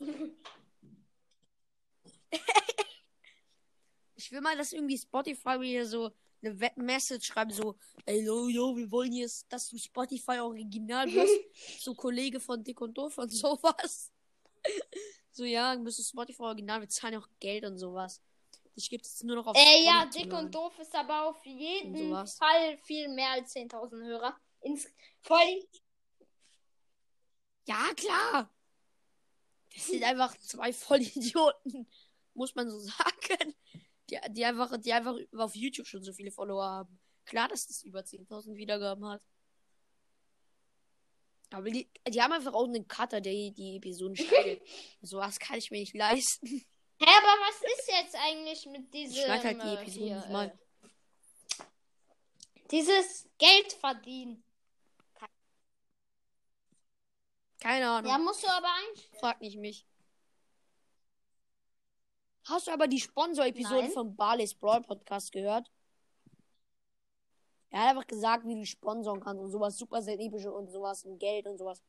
Speaker 2: ich will mal, dass irgendwie Spotify mir hier so eine We- Message schreibt, so, ey, yo, yo, wir wollen jetzt, dass du Spotify original wirst. so Kollege von Dick und Doof und sowas. so, ja, du bist Spotify original, wir zahlen auch Geld und sowas. Ich gebe jetzt nur noch auf
Speaker 1: Äh, ja,
Speaker 2: Spotify.
Speaker 1: dick und doof ist aber auf jeden
Speaker 2: Und sowas.
Speaker 1: Fall viel mehr als 10.000 Hörer. Ins voll,
Speaker 2: Ja, klar. Das sind einfach zwei Vollidioten, muss man so sagen. Die, die, einfach, die einfach auf YouTube schon so viele Follower haben. Klar, dass das über 10.000 Wiedergaben hat. Aber die, die haben einfach auch einen Cutter, der die Episoden schneidet. Sowas kann ich mir nicht leisten.
Speaker 1: Hä, aber was ist jetzt eigentlich mit diesem.
Speaker 2: Ich schneide halt die
Speaker 1: äh,
Speaker 2: Episoden
Speaker 1: hier,
Speaker 2: nicht mal.
Speaker 1: äh, Dieses Geld verdienen.
Speaker 2: Keine Ahnung.
Speaker 1: Ja, musst du aber einstellen.
Speaker 2: Frag nicht mich. Hast du aber die Sponsor-Episode
Speaker 1: Nein.
Speaker 2: vom Barley's Brawl Podcast gehört? Er hat einfach gesagt, wie du sponsoren kannst und sowas, super sehr epische und sowas und Geld und sowas.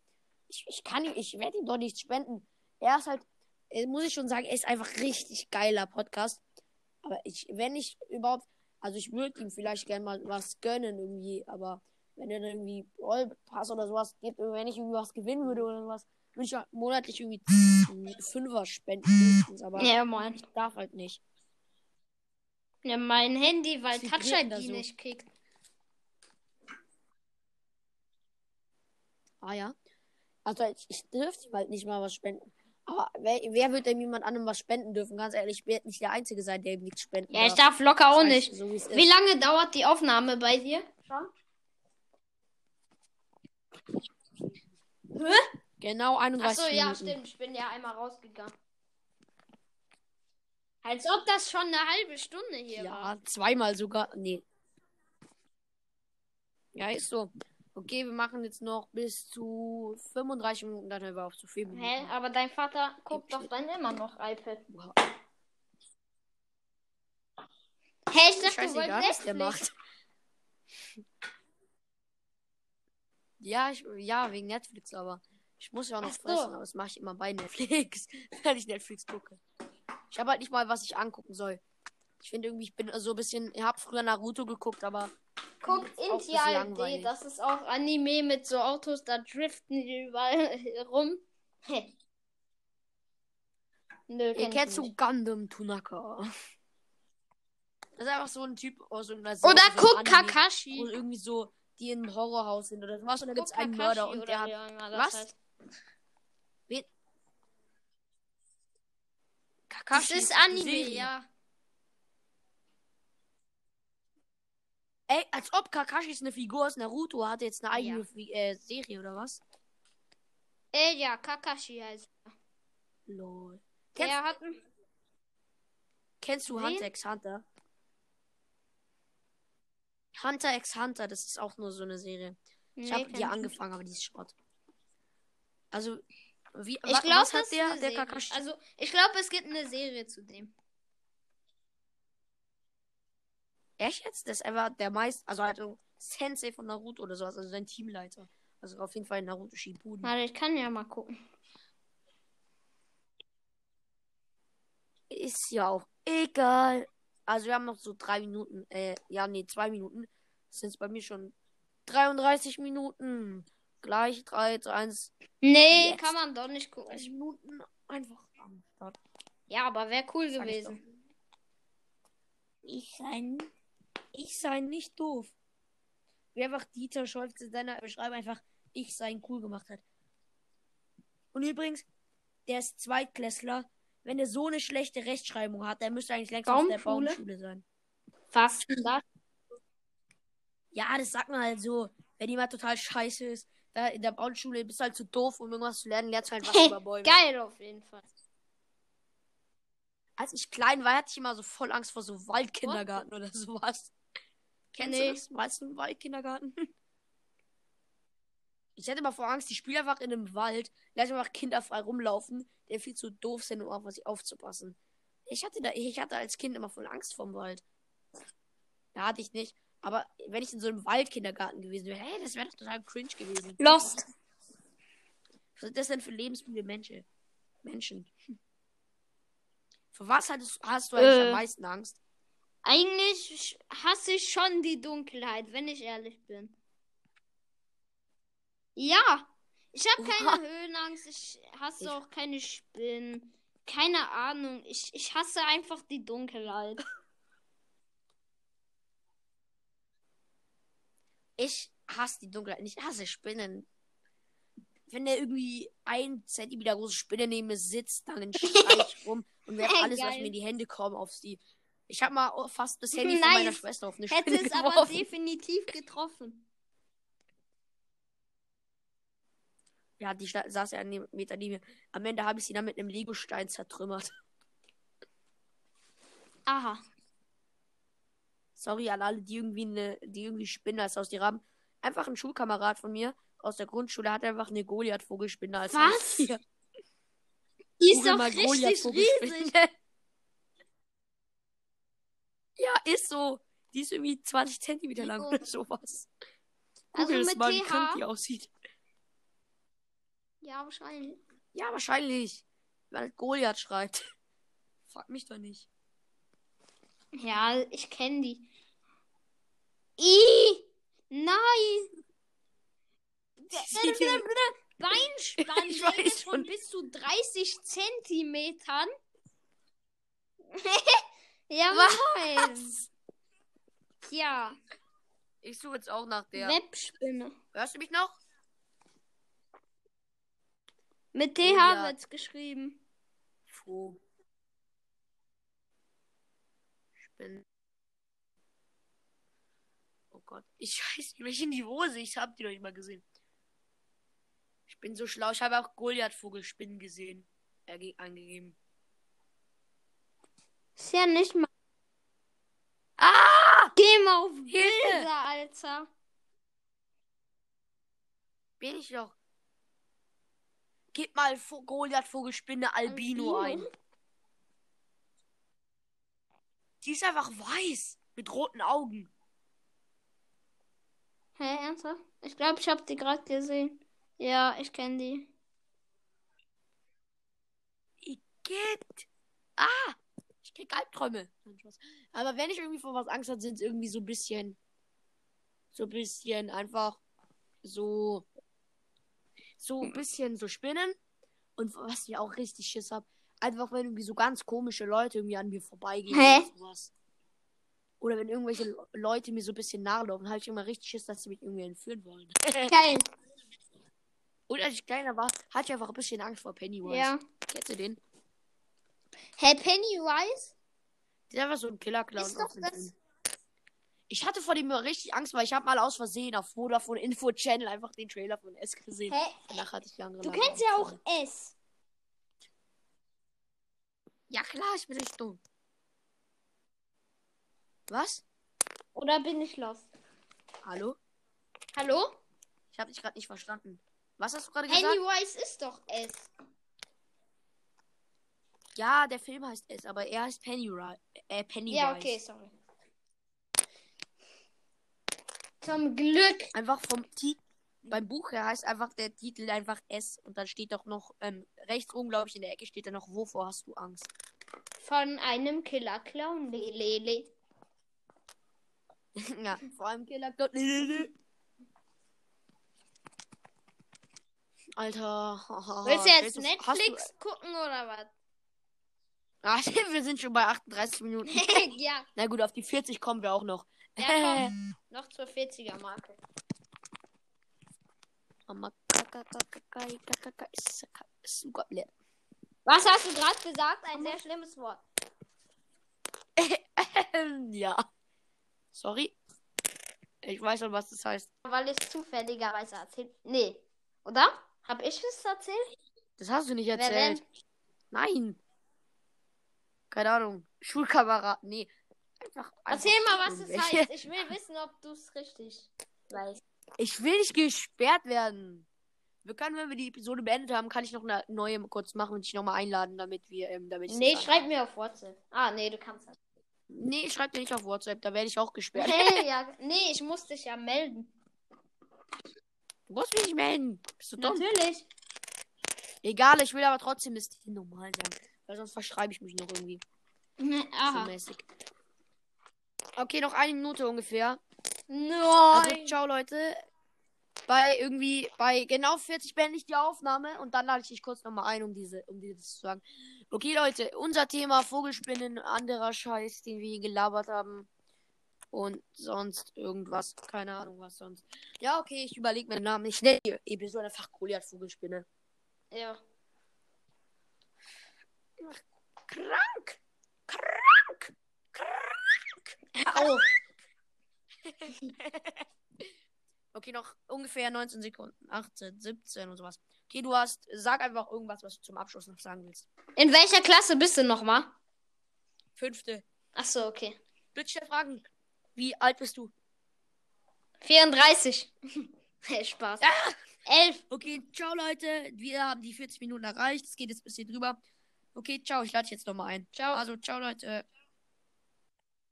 Speaker 2: Ich, ich kann ihm, ich werde ihm doch nichts spenden. Er ist halt, äh, muss ich schon sagen, er ist einfach richtig geiler Podcast. Aber ich, wenn ich überhaupt, also ich würde ihm vielleicht gerne mal was gönnen irgendwie, aber wenn er dann irgendwie Brawl Pass oder sowas gibt, und wenn ich irgendwie was gewinnen würde oder sowas, würde ich ja monatlich irgendwie einen Fünfer spenden, mindestens, aber
Speaker 1: Ja, moin.
Speaker 2: ich darf halt nicht.
Speaker 1: Ja, mein Handy, weil
Speaker 2: Was
Speaker 1: Touch
Speaker 2: vibriert
Speaker 1: ID
Speaker 2: denn da so?
Speaker 1: nicht kriegt.
Speaker 2: Ah ja. Also ich, ich dürfte ihm halt nicht mal was spenden. Aber wer, wer wird denn jemand anderem was spenden dürfen? Ganz ehrlich, ich werde nicht der Einzige sein, der ihm nichts spenden
Speaker 1: Ja, ich
Speaker 2: darf.
Speaker 1: darf locker auch
Speaker 2: Das heißt,
Speaker 1: nicht.
Speaker 2: So wie es
Speaker 1: Wie
Speaker 2: ist.
Speaker 1: lange dauert die Aufnahme bei dir?
Speaker 2: Genau 31
Speaker 1: Achso, ja,
Speaker 2: Minuten.
Speaker 1: stimmt. Ich bin ja einmal rausgegangen. Als ob das schon eine halbe Stunde hier war.
Speaker 2: Ja, zweimal sogar. Nee. Ja, ist so. Okay, wir machen jetzt noch bis zu 35 Minuten, dann hören wir auf zu viel.
Speaker 1: Hä? Aber dein Vater guckt doch dann immer noch iPad.
Speaker 2: Wow.
Speaker 1: Hä, ich dachte, du
Speaker 2: Scheißegal, was
Speaker 1: wolltest
Speaker 2: der
Speaker 1: Netflix.
Speaker 2: macht. Ja, ich, ja, wegen Netflix, aber ich muss ja auch noch
Speaker 1: Ach so.
Speaker 2: fressen, aber das mache ich immer bei Netflix, wenn ich Netflix gucke. Ich habe halt nicht mal, was ich angucken soll. Ich finde irgendwie, ich bin so ein bisschen, ich habe früher Naruto geguckt, aber
Speaker 1: Guckt
Speaker 2: Ist auch ein bisschen
Speaker 1: Intial D,
Speaker 2: langweilig.
Speaker 1: das ist auch Anime mit so Autos, da driften die überall rum. Hä. Nö,
Speaker 2: ihr
Speaker 1: kenn
Speaker 2: kennt
Speaker 1: ich
Speaker 2: so
Speaker 1: nicht.
Speaker 2: Gundam Tunaka. Das ist einfach so ein Typ aus irgendeiner Serie,
Speaker 1: Oder
Speaker 2: so einem
Speaker 1: guck
Speaker 2: Anime, Wo
Speaker 1: Kakashi.
Speaker 2: irgendwie so, die im Horrorhaus sind oder was, und da
Speaker 1: Guck
Speaker 2: gibt es einen
Speaker 1: Kakashi
Speaker 2: Mörder und
Speaker 1: oder
Speaker 2: der hat
Speaker 1: wie auch immer das
Speaker 2: Was?
Speaker 1: heißt.
Speaker 2: Kakashi.
Speaker 1: Das ist
Speaker 2: eine
Speaker 1: Anime,
Speaker 2: Serie.
Speaker 1: ja.
Speaker 2: Ey, als ob Kakashi ist eine Figur aus Naruto hatte jetzt eine eigene
Speaker 1: Ah, Ja.
Speaker 2: Fi- äh, Serie oder was?
Speaker 1: Äh, ja, Kakashi heißt.
Speaker 2: Lol.
Speaker 1: Der
Speaker 2: Kennst,
Speaker 1: hat einen
Speaker 2: kennst du
Speaker 1: wen?
Speaker 2: Hunter x Hunter? Hunter x Hunter, das ist auch nur so eine Serie. Ich habe
Speaker 1: Nee,
Speaker 2: die
Speaker 1: kenn
Speaker 2: angefangen, aber die ist Schrott. Also, wie
Speaker 1: Ich
Speaker 2: wa-
Speaker 1: glaube,
Speaker 2: was hat der,
Speaker 1: eine
Speaker 2: der
Speaker 1: Serie.
Speaker 2: Kakashi?
Speaker 1: Also, ich glaube, es gibt eine Serie zu dem.
Speaker 2: Echt jetzt? Das ist einfach der meist, also halt so Sensei von Naruto oder sowas, also sein Teamleiter. Also auf jeden Fall Naruto Shippuden.
Speaker 1: Warte, ich kann ja mal gucken.
Speaker 2: Ist ja auch egal. Also wir haben noch so drei Minuten. Äh, ja, nee, zwei Minuten. Das sind bei mir schon 33 Minuten. Gleich 3 zu 1
Speaker 1: Nee,
Speaker 2: Jetzt.
Speaker 1: kann man doch nicht gucken.
Speaker 2: Minuten einfach am Start.
Speaker 1: Ja, aber wäre cool
Speaker 2: Sag ich
Speaker 1: gewesen.
Speaker 2: Ich sei, ich sei nicht doof. Wie einfach Dieter Scholz in seiner Beschreibung einfach ich sein cool gemacht hat. Und übrigens, der ist Zweitklässler. Wenn er so eine schlechte Rechtschreibung hat, dann müsste er eigentlich längst auf der
Speaker 1: Baumschule?
Speaker 2: Baumschule sein.
Speaker 1: Was denn das?
Speaker 2: Ja, das sagt man halt so. Wenn jemand total scheiße ist, da in der Baumschule bist du halt zu doof, um irgendwas zu lernen, lernst du halt was über Bäume.
Speaker 1: Geil auf jeden Fall.
Speaker 2: Als ich klein war, hatte ich immer so voll Angst vor so Waldkindergarten oder sowas. Kennst
Speaker 1: Nee.
Speaker 2: du das? Malst du einen Waldkindergarten? Ich hätte mal vor Angst, die spielen einfach in einem Wald, lassen einfach Kinder frei rumlaufen, die viel zu doof sind, um auf was aufzupassen. Ich hatte da, ich hatte als Kind immer voll Angst vorm Wald. Da hatte ich nicht. Aber wenn ich in so einem Waldkindergarten gewesen wäre, hey, das wäre doch total cringe gewesen.
Speaker 4: Lost.
Speaker 2: Was sind das denn für lebensmüde Menschen? Menschen. Vor was hattest, hast du eigentlich
Speaker 1: Äh.
Speaker 2: am meisten Angst?
Speaker 1: Eigentlich sch- hasse ich schon die Dunkelheit, wenn ich ehrlich bin. Ja, ich habe keine Höhenangst, ich hasse
Speaker 2: Ich-
Speaker 1: auch keine Spinnen. Keine Ahnung, ich, ich hasse einfach die Dunkelheit.
Speaker 2: Ich hasse die Dunkelheit nicht. Ich hasse Spinnen. Wenn der irgendwie ein Zentimeter große Spinne neben mir sitzt, dann schreie ich rum und werfe
Speaker 1: Ey,
Speaker 2: alles, was
Speaker 1: geil.
Speaker 2: mir in die Hände kommt, auf sie. Ich habe mal fast das Handy von
Speaker 1: Nice.
Speaker 2: meiner Schwester auf eine
Speaker 1: Hätte
Speaker 2: Spinne
Speaker 1: es
Speaker 2: geworfen.
Speaker 1: aber definitiv getroffen.
Speaker 2: Ja, die sta- saß ja einen Meter neben mir. Am Ende habe ich sie dann mit einem Legostein zertrümmert.
Speaker 1: Aha.
Speaker 2: Sorry an alle, die irgendwie, eine, die irgendwie Spinne als Haustier haben. Einfach ein Schulkamerad von mir aus der Grundschule hat einfach eine Goliath-Vogelspinne als
Speaker 1: Was?
Speaker 2: Haustier.
Speaker 1: Die ist
Speaker 2: Google
Speaker 1: doch
Speaker 2: mal
Speaker 1: richtig
Speaker 2: Goliath-Vogelspinne.
Speaker 1: riesig.
Speaker 2: ja, ist so. Die ist irgendwie 20 Zentimeter lang
Speaker 1: Jo.
Speaker 2: oder sowas.
Speaker 1: Also
Speaker 2: Google es
Speaker 1: mit
Speaker 2: mal, wie
Speaker 1: TH?
Speaker 2: krank die aussieht.
Speaker 1: Ja, wahrscheinlich.
Speaker 2: Ja, wahrscheinlich. Weil halt Goliath schreit. Frag mich doch nicht.
Speaker 1: Ja, ich kenne die. I! Nein!
Speaker 2: Ich
Speaker 1: Beinspanne
Speaker 2: weiß
Speaker 1: von
Speaker 2: schon.
Speaker 1: bis zu 30 Zentimetern. ja, moin. Tja,
Speaker 2: Ich suche jetzt auch nach der.
Speaker 1: Webspinne.
Speaker 2: Hörst du mich noch?
Speaker 1: Mit TH
Speaker 2: Oh Ja.
Speaker 1: wird's geschrieben.
Speaker 2: Froh. Ich bin. Oh Gott. Ich weiß nicht, welche Niveau sie. Ich hab die noch nicht mal gesehen. Ich bin so schlau. Ich habe auch Goliath-Vogelspinnen gesehen. Äh, ge- angegeben.
Speaker 1: Ist ja nicht mal.
Speaker 2: Ah!
Speaker 1: Geh mal auf
Speaker 2: Hilfe!
Speaker 1: Bilder, Alter.
Speaker 2: Bin ich doch. Gib mal Vo- Goliath-Vogelspinne Albino,
Speaker 1: Albino?
Speaker 2: ein. Die ist einfach weiß. Mit roten Augen.
Speaker 1: Hä, ernsthaft? Ich glaube, ich habe die gerade gesehen. Ja, ich kenne die.
Speaker 2: Geht. Ah! Ich krieg Albträume. Nein, Spaß. Aber wenn ich irgendwie vor was Angst habe, sind es irgendwie so ein bisschen. So ein bisschen einfach. So. So ein bisschen so Spinnen. Und was ich auch richtig Schiss hab. Einfach wenn irgendwie so ganz komische Leute irgendwie an mir vorbeigehen
Speaker 1: Hä?
Speaker 2: oder sowas. Oder wenn irgendwelche Le- Leute mir so ein bisschen nahe laufen, habe ich immer richtig Schiss, dass sie mich irgendwie entführen wollen.
Speaker 1: Geil.
Speaker 2: Und als ich kleiner war, hatte ich einfach ein bisschen Angst vor Pennywise.
Speaker 1: Ja.
Speaker 2: Kennst du den?
Speaker 1: Herr Pennywise?
Speaker 2: Der war so ein Killer-Clown.
Speaker 1: Ist doch
Speaker 2: aus dem
Speaker 1: das-
Speaker 2: Film. Ich hatte vor dem immer richtig Angst, weil ich habe mal aus Versehen auf Vodafone Info Channel einfach den Trailer von S gesehen.
Speaker 1: Hä?
Speaker 2: Danach hatte ich lange
Speaker 1: Du
Speaker 2: lange
Speaker 1: kennst ja auch
Speaker 2: Angst.
Speaker 1: S.
Speaker 2: Ja klar, ich bin nicht dumm. Was?
Speaker 1: Oder bin ich lost?
Speaker 2: Hallo?
Speaker 1: Hallo?
Speaker 2: Ich habe dich gerade nicht verstanden. Was hast du gerade gesagt?
Speaker 1: Pennywise ist doch S.
Speaker 2: Ja, der Film heißt S, aber er heißt Pennywise. Äh, Pennywise.
Speaker 1: Ja, okay, sorry. Zum Glück.
Speaker 2: Einfach vom Titel. Beim Buch her heißt einfach der Titel einfach S und dann steht doch noch ähm, rechts oben, glaube ich, in der Ecke steht dann noch, wovor hast du Angst?
Speaker 1: Von einem Killer-Clown, Lele.
Speaker 2: ja, vor allem Killer Clown. Alter.
Speaker 1: Willst du jetzt
Speaker 2: stellst du- Oh, hast
Speaker 1: Netflix gucken oder was?
Speaker 2: Du, ah, wir sind schon bei 38 Minuten.
Speaker 1: ja,
Speaker 2: Na gut, auf die 40 kommen wir auch noch.
Speaker 1: Ja, noch zur 40er-Marke.
Speaker 2: Mama, kaka, kaka, kai, kaka, kai, saka, suka, le.
Speaker 1: Was hast du gerade gesagt? Ein sehr schlimmes Wort.
Speaker 2: ja. Sorry. Ich weiß schon, was das heißt.
Speaker 1: Weil ich es zufälligerweise erzählt. Nee. Oder? Hab ich es erzählt?
Speaker 2: Das hast du nicht
Speaker 1: Wer denn?
Speaker 2: erzählt. Nein. Keine Ahnung. Schulkamerad. Nee. Einfach, einfach
Speaker 1: Erzähl mal, was es
Speaker 2: irgendwelche-
Speaker 1: heißt. Ich will wissen, ob du es richtig weißt.
Speaker 2: Ich will nicht gesperrt werden. Wir können, wenn wir die Episode beendet haben, kann ich noch eine neue kurz machen und dich nochmal einladen, damit wir, ähm, damit ich
Speaker 1: Nee,
Speaker 2: das-
Speaker 1: schreib mir auf WhatsApp. Ah, nee, du kannst das.
Speaker 2: Nee, schreib dir nicht auf WhatsApp, da werde ich auch gesperrt.
Speaker 1: Hey, ja, nee, ich muss dich ja melden.
Speaker 2: Du musst mich nicht melden. Bist du dumm?
Speaker 1: Natürlich.
Speaker 2: Egal, ich will aber trotzdem, dass die normal sein. Weil sonst verschreibe ich mich noch irgendwie.
Speaker 1: Nee,
Speaker 2: So
Speaker 1: Ne, Aha.
Speaker 2: mäßig. Okay, noch eine Minute ungefähr. Also,
Speaker 1: Nein.
Speaker 2: ciao, Leute. Bei irgendwie, bei genau 40 beende ich die Aufnahme und dann lade ich dich kurz nochmal ein, um diese, um dieses zu sagen. Okay, Leute, unser Thema Vogelspinnen, anderer Scheiß, den wir gelabert haben. Und sonst irgendwas. Keine Ahnung, was sonst. Ja, okay, ich überlege mir den Namen. Ich nenne die Episode einfach Goliath Vogelspinne.
Speaker 1: Ja.
Speaker 2: Krank!
Speaker 1: Au.
Speaker 2: Okay, noch ungefähr 19 Sekunden. 18, 17 und sowas. Okay, du hast, sag einfach irgendwas, was du zum Abschluss noch sagen willst.
Speaker 1: In welcher Klasse bist du nochmal?
Speaker 2: Fünfte.
Speaker 1: Ach so, okay.
Speaker 2: Blitzschnell fragen. Wie alt bist du?
Speaker 1: 34. hey, Spaß. Ah! Elf.
Speaker 2: Okay, ciao Leute. Wir haben die 40 Minuten erreicht. Es geht jetzt ein bisschen drüber. Okay, ciao. Ich lade dich jetzt nochmal ein.
Speaker 1: Ciao.
Speaker 2: Also, ciao Leute.